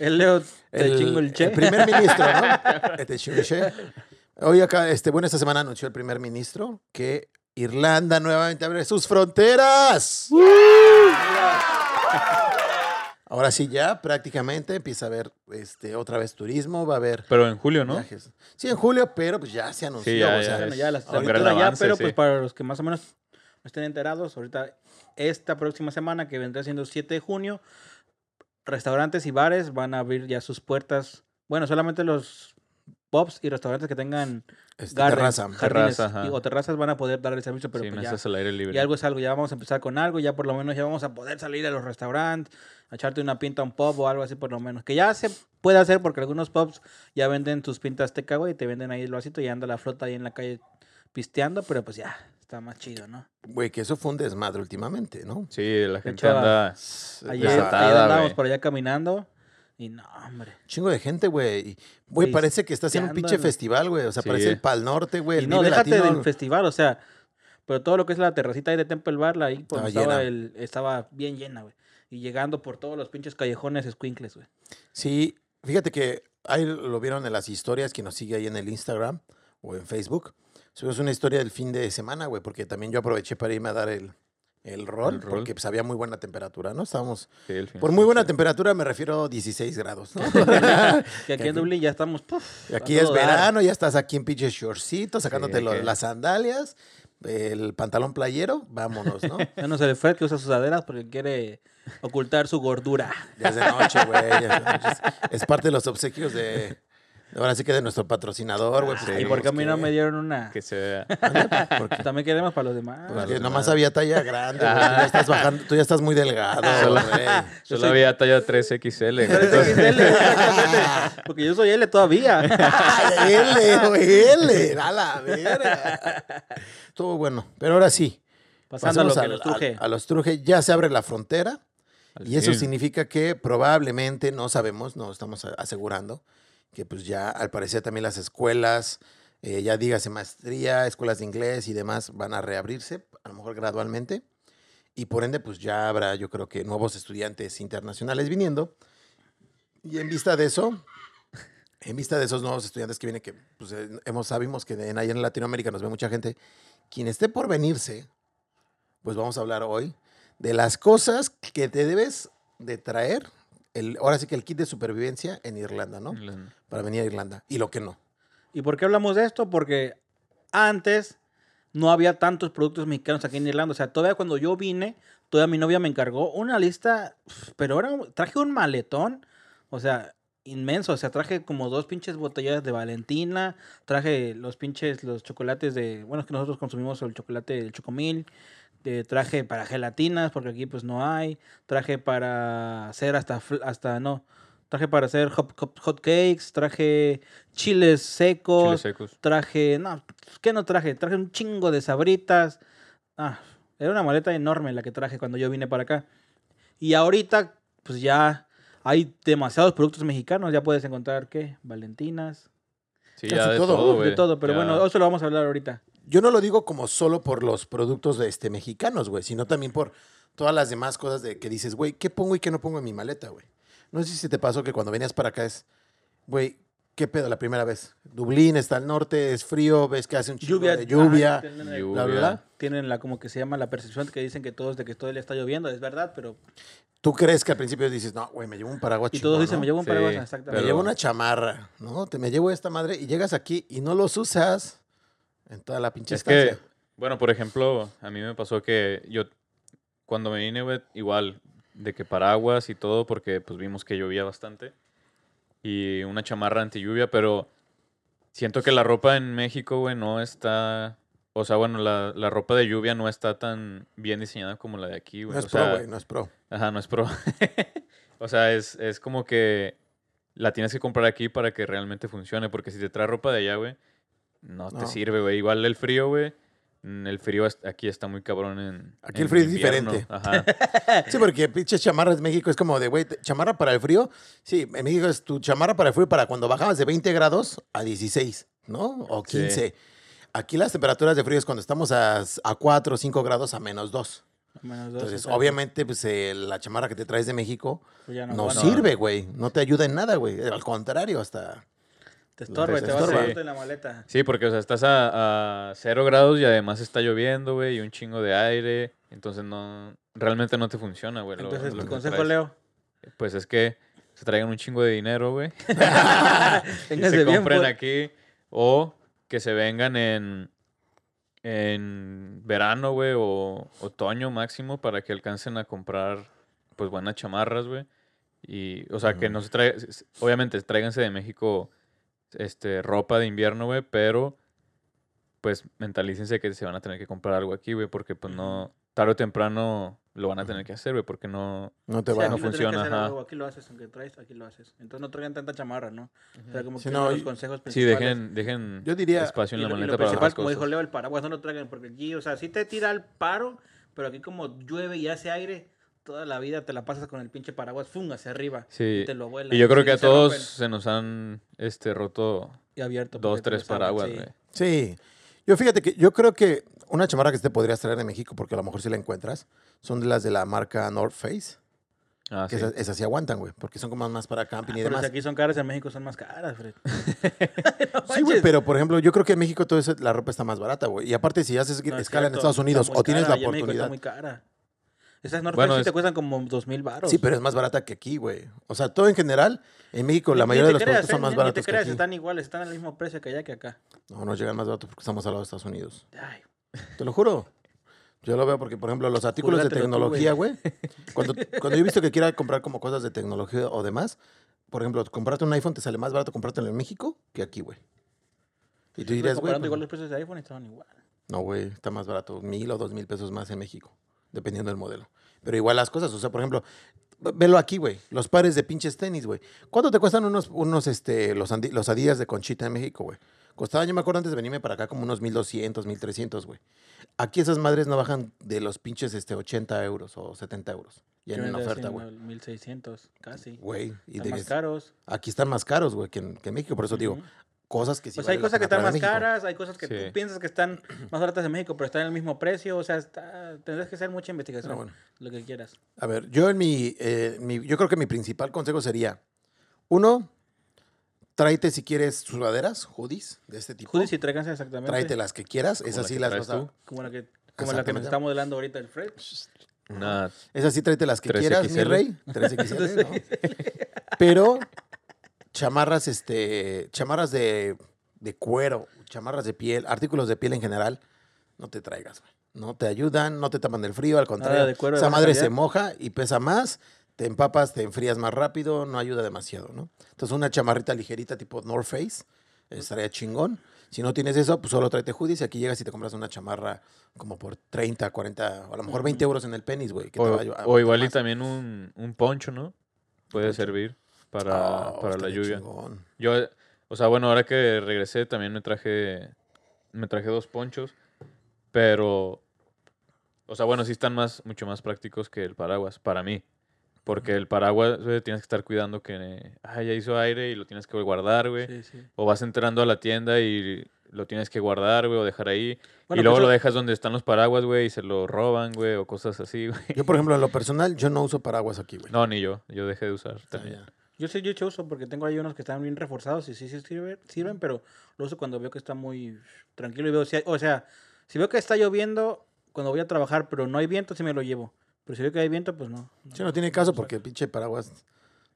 C: El Leo, te
A: el,
C: chingo el che.
A: el primer ministro, ¿no? Este chingo el che. Hoy acá, este, bueno, esta semana anunció el primer ministro que Irlanda nuevamente abre sus fronteras. Ahora sí ya, prácticamente empieza a haber este, otra vez turismo, va a haber
D: Pero en julio, ¿no?
A: viajes. Sí, en julio, pero pues ya se anunció.
D: Sí, (laughs) ya,
A: o sea,
D: ya,
C: Bueno, ya las
D: Es un
C: ahorita
D: gran
C: ya,
D: avance,
C: pero
D: sí.
C: pues para los que más o menos no estén enterados, ahorita esta próxima semana que vendrá siendo 7 de junio, restaurantes y bares van a abrir ya sus puertas. Bueno, solamente los pubs y restaurantes que tengan
A: este,
C: gardens,
A: terraza.
C: jardines
D: Terraza, ajá.
C: y- o terrazas van a poder dar el servicio, pero
D: sí,
C: pues
D: no
C: ya,
D: estás al aire libre.
C: ya algo es algo, ya vamos a empezar con algo, ya por lo menos ya vamos a poder salir a los restaurantes, a echarte una pinta a un pub o algo así por lo menos, que ya se puede hacer porque algunos pubs ya venden tus pintas teca, güey, y te venden ahí el vasito y anda la flota ahí en la calle pisteando, pero pues ya, está más chido, ¿no?
A: Güey, que eso fue un desmadre últimamente, ¿no?
D: Sí, la gente
C: hecho,
D: anda.
C: Ayer, ayer
D: Desatada,
C: andábamos
D: güey.
C: por allá caminando y no, hombre.
A: Chingo de gente, güey. Y, Güey,
C: Sí,
A: parece que estás en un
C: ando
A: pinche
C: en-
A: festival, güey. O sea,
D: Sí.
A: parece el Pal Norte, güey.
C: y
A: el
C: no,
A: Vive
C: déjate
A: Latino.
C: del festival, o sea, pero todo lo que es la terracita ahí de Temple Bar, ahí pues,
A: Estaba
C: estaba,
A: llena.
C: el- estaba bien llena, güey. Y llegando por todos los pinches callejones escuincles, güey.
A: Sí, fíjate que ahí lo vieron en las historias que nos sigue ahí en el Instagram o en Facebook. Subimos una historia del fin de semana, güey, porque también yo aproveché para irme a dar el, el rol,
D: El rol.
A: porque pues, había muy buena temperatura, ¿no? Estábamos.
D: Sí, el fin
A: Por
D: de
A: muy buena
D: semana.
A: temperatura me refiero a 16 grados, ¿no?
C: Que aquí en Dublín ya estamos, puf,
A: Y
C: a
A: aquí
C: todo
A: es
C: dar.
A: verano, ya estás aquí en pinches shortcitos, sacándote lo-
D: que-
A: las sandalias, el pantalón playero, vámonos, ¿no?
C: Ya no se le fue que usa sudaderas porque quiere ocultar su gordura.
A: Ya es de noche, güey. ya es de noche. Es- Es parte de los obsequios de. Ahora sí que de nuestro patrocinador, güey. pues,
D: Sí,
C: Ah, y
A: tenemos
C: porque a mí no
A: que- (laughs)
C: me dieron una. Pues
D: Que se vea.
C: (laughs)
A: Ándale, porque-
C: También queremos para los demás.
A: Porque
D: los
A: nomás
D: demás.
A: había talla grande, güey. Tú ya
C: Ah.
A: estás bajando, tú ya estás muy delgado,
D: Solo-
C: (laughs)
A: güey.
D: Solo
C: soy-
D: había talla
C: (laughs)
D: 3XL. güey.
C: Parece
D: Entonces,
C: que es L, exactamente, porque yo soy
A: (laughs)
C: L todavía.
A: Ay, L, güey, L, a la verga. Estuvo bueno, pero ahora sí.
C: Pasando a lo
A: pasemos
C: que
A: al-
C: nos truje.
A: A, a los truje, ya se abre la frontera.
D: (laughs) al
A: Y eso
D: fin.
A: significa que probablemente, no sabemos, no estamos a- asegurando, que pues ya al parecer también las escuelas, eh, ya dígase maestría, escuelas de inglés y demás van a reabrirse, a lo mejor gradualmente. Y por ende, pues ya habrá, yo creo que nuevos estudiantes internacionales viniendo. Y en vista de eso, en vista de esos nuevos estudiantes que vienen, que pues eh, hemos, sabemos que en, allá en Latinoamérica nos ve mucha gente, quien esté por venirse, pues vamos a hablar hoy de las cosas que te debes de traer, el, ahora sí que el kit de supervivencia en Irlanda,
D: Mm.
A: ¿no? Para venir a Irlanda. Y lo que no.
C: ¿Y por qué hablamos de esto? Porque antes no había tantos productos mexicanos aquí en Irlanda. O sea, todavía cuando yo vine, todavía mi novia me encargó una lista, uf, pero ahora traje un maletón, o sea, inmenso. O sea, traje como dos pinches botellas de Valentina, traje los pinches, los chocolates de, bueno, es que nosotros consumimos el chocolate del Chocomil. eh, traje para gelatinas, porque aquí pues no hay. Traje para hacer hasta, fl- hasta no. Traje para hacer hot, hot- hot cakes, traje chiles
D: Chiles
C: secos,
D: secos.
C: traje, no, pues, ¿qué no traje? Traje un chingo de sabritas. Ah, era una maleta enorme la que traje cuando yo vine para acá. Y ahorita, pues ya hay demasiados productos mexicanos. Ya puedes encontrar, ¿qué? Valentinas.
D: Sí,
A: Casi
D: ya de
A: todo,
D: todo,
A: uf,
C: de
D: güey.
C: todo, pero
D: Ya.
C: bueno, eso lo vamos a hablar ahorita.
A: Yo no lo digo como solo por los productos este, mexicanos, güey, sino también por todas las demás cosas de que dices, güey, ¿qué pongo y qué no pongo en mi maleta, güey? No sé si te pasó que cuando venías para acá es, güey, ¿qué pedo la primera vez? Dublín está al norte, es frío, ves que hace un chingo de lluvia.
C: Ah, tienen, el-
A: bla, bla,
D: Lluvia.
A: bla.
C: tienen la como que se llama la percepción que dicen que todos de que todo le está lloviendo, es verdad, pero
D: Ah,
A: Tú crees que al principio dices, no, güey, me llevo un paraguas
C: y
A: chingón,
C: todos dicen,
A: ¿no?
C: me llevo un
D: Sí,
C: paraguas,
D: pero-
A: Me
C: exactamente.
A: llevo una chamarra, ¿no? Te me llevo esta madre y llegas aquí y no los usas en toda la pinche
D: Es que,
A: estancia.
D: bueno, por ejemplo, a mí me pasó que yo, cuando me vine, güey, igual, de que paraguas y todo, porque pues vimos que llovía bastante. Y una chamarra anti lluvia, pero siento que la ropa en México, güey, no está. O sea, bueno, la, la ropa de lluvia no está tan bien diseñada como la de aquí, güey.
A: no es
D: o sea,
A: pro, güey, no es pro.
D: Ajá, no es pro. (laughs) o sea, es, es como que la tienes que comprar aquí para que realmente funcione. Porque si te trae ropa de allá, güey, no,
A: No.
D: te sirve, güey. Igual el frío, güey. mm, El frío es- aquí está muy cabrón en.
A: Aquí el
D: en
A: frío es
D: invierno.
A: diferente.
D: Ajá.
A: Sí, porque pinche chamarra en México es como de, güey, te- chamarra para el frío. Sí, en México es tu chamarra para el frío para cuando bajabas de 20 grados a 16, ¿no? O
D: Sí.
A: 15. Aquí las temperaturas de frío es cuando estamos a, a 4 o 5 grados a menos 2.
C: Menos dos,
A: Entonces,
C: exacto.
A: obviamente, pues eh, la chamarra que te traes de México
C: Pues ya
A: no,
C: aguanta.
A: sirve, güey. No te ayuda en nada, güey. Al contrario, hasta...
C: Te estorba,
A: Te
C: te, vas a
A: estorba.
C: llevar en la maleta.
D: Sí, porque, o sea, estás a, a cero grados y además está lloviendo, güey, y un chingo de aire. Entonces, no. Realmente no te funciona, güey. lo-
C: Entonces,
D: lo
C: tu
D: que
C: consejo,
D: traes.
C: Leo,
D: Pues es que se traigan un chingo de dinero, güey. que
C: téngase
D: se
C: bien.
D: compren
C: pues.
D: aquí o que se vengan en, en verano, güey, o otoño máximo para que alcancen a comprar, pues, buenas chamarras, güey. Y, o sea, que no se traigan, obviamente, tráiganse de México, este, ropa de invierno, güey, pero, pues, mentalícense que se van a tener que comprar algo aquí, güey, porque, pues, no, tarde o temprano lo van a tener que hacer, güey, porque no...
A: No te
C: Sí,
A: va.
C: aquí lo tienes
D: no
C: que
D: funciona,
C: hacer a
D: ajá.
C: huevo, Aquí lo haces, aunque traes, aquí lo haces. Entonces no traigan tanta chamarra, ¿no? O sea, como
A: Sí,
C: que
A: no,
C: uno de
A: y-
C: los consejos
D: Sí,
C: principales.
D: dejen, dejen
A: Yo diría-
D: espacio
C: Y
D: en la
C: lo, y
D: maleta
C: lo
D: para
C: principal,
D: las
C: como dijo
D: cosas.
C: Leo, el paraguas no lo traigan, porque aquí, o sea, sí te tira el paro, pero aquí como llueve y hace aire, toda la vida te la pasas con el pinche paraguas, ¡fum! hacia arriba.
D: Sí.
C: Y te lo vuelan.
D: Y yo creo
C: Sí,
D: que a
C: se rompen.
D: todos se nos han este roto
C: Y abierto.
D: dos,
C: porque te
D: tres
C: los abren,
D: paraguas,
C: sí.
D: güey.
A: Sí. Yo fíjate que yo creo que una chamarra que te podrías traer de México, porque a lo mejor si la encuentras, son de las de la marca North Face.
D: Ah,
A: que
D: sí.
A: esas, esas sí aguantan, güey, porque son como más para camping y
C: Ah, Pero
A: demás.
C: si aquí son caras, en México son más caras,
D: (laughs)
C: Fred. No
A: Sí, güey,
C: manches.
A: pero por ejemplo, yo creo que en México toda esa- la ropa está más barata, güey. Y aparte, si haces
C: No, es
A: escala en
C: cierto,
A: Estados
C: está
A: Unidos
C: muy
A: o tienes
C: cara,
A: la
C: y en México
A: oportunidad.
C: Está muy cara. Esas North
D: Bueno,
C: Face sí te
D: es-
C: cuestan como dos mil baros.
A: Sí, pero es más barata que aquí, güey. O sea, todo en general, en México la
C: Ni- ni
A: mayoría
C: te
A: de los
C: creas,
A: productos son
C: eh,
A: más
C: ni-
A: baratos
C: Ni te
A: que
C: creas,
A: aquí.
C: están iguales, están al mismo precio que allá que acá.
A: No, no llegan más baratos porque estamos al lado de Estados Unidos.
C: Ay,
A: Te lo juro. Yo lo veo porque, por ejemplo, los artículos de
C: Júrgatelo tú,
A: tecnología, güey. Cuando, cuando yo he visto que quiera comprar como cosas de tecnología o demás, por ejemplo, comprarte un iPhone te sale más barato comprártelo en México que aquí, güey. Y tú
C: Pero
A: dirías, güey.
C: comparando
A: pues,
C: igual los precios de iPhone estaban igual.
A: No, güey, está más barato, mil o dos mil pesos más en México, dependiendo del modelo. Pero igual las cosas, o sea, por ejemplo, ve- velo aquí, güey, los pares de pinches tenis, güey. ¿Cuánto te cuestan unos, unos, este, los, andi- los adidas de conchita en México, güey? Costaban, yo me acuerdo antes de venirme para acá, como unos 1200, 1300, güey. Aquí esas madres no bajan de los pinches, este, 80 euros o 70 euros. Ya
C: Yo
A: en
C: vendía
A: oferta,
C: así
A: güey.
C: 1600, casi.
A: Güey, y
C: están más
A: debes-
C: caros.
A: aquí están más caros, güey, que en, que en México. Por eso digo,
C: Ujú.
A: cosas que sí
C: Pues
A: vale la
C: hay cosas que
A: pena
C: están más
A: traer a México.
C: caras, hay cosas que
D: Sí.
C: tú piensas
A: (clears throat)
C: que están más baratas en México, pero están en el mismo precio. O sea, está- tendrás que hacer mucha investigación,
A: Pero bueno.
C: lo que quieras.
A: A ver, yo en mi, eh, mi- yo creo que mi principal consejo sería, uno, tráete si quieres sudaderas, hoodies de este tipo.
C: Judy, si traiganse exactamente.
A: tráete las que quieras,
D: Como
A: esas
D: la
A: sí
D: que
A: las
D: traes
A: vas a,
D: tú.
C: Como la que, como la que
A: Exactamente.
C: nos está modelando ahorita el Fred.
D: Una-
A: esas sí tráete las que
D: 3XL.
A: quieras, mi rey, 3XL,
C: (laughs)
A: ¿no? Pero chamarras, este, chamarras de, de cuero, chamarras de piel, artículos de piel en general, no te traigas, güey. No te ayudan, no te tapan del frío, al contrario,
C: de cuero de
A: esa
C: baja
A: madre
C: calidad.
A: se moja y pesa más, te empapas, te enfrías más rápido, no ayuda demasiado, ¿no? Entonces una chamarrita ligerita tipo North Face estaría chingón. Si no tienes eso, pues solo tráete hoodies y aquí llegas y te compras una chamarra como por 30, 40, o a lo mejor 20 euros en el penis, güey. que te
D: O,
A: va a ayudar
D: o igual y
A: más.
D: también un, un poncho, ¿no? Puede servir para,
A: Oh,
D: para la
A: estaría
D: lluvia.
A: chingón.
D: Yo, o sea, bueno, ahora que regresé también me traje, me traje dos ponchos, pero, o sea, bueno, sí están más, mucho más prácticos que el paraguas, para mí. Porque el paraguas güey, tienes que estar cuidando que, ah, ya hizo aire y lo tienes que guardar, güey.
C: Sí, sí.
D: O vas entrando a la tienda y lo tienes que guardar, güey, o dejar ahí.
C: Bueno,
D: y luego
C: pues
D: lo
C: eso-
D: dejas donde están los paraguas, güey, y se lo roban, güey, o cosas así, (laughs) güey.
A: Yo, por ejemplo, en lo personal, yo no uso paraguas aquí, güey.
D: No, ni yo. Yo dejé de usar
A: O sea,
D: también.
A: ya.
C: Yo sí, yo sí uso porque tengo ahí unos que están bien reforzados y sí, sí sirven, sirven, pero lo uso cuando veo que está muy tranquilo y veo, si hay- o sea, si veo que está lloviendo cuando voy a trabajar, pero no hay viento, sí me lo llevo. Pero si veo que hay viento, pues no.
A: Sí, no tiene caso porque el pinche paraguas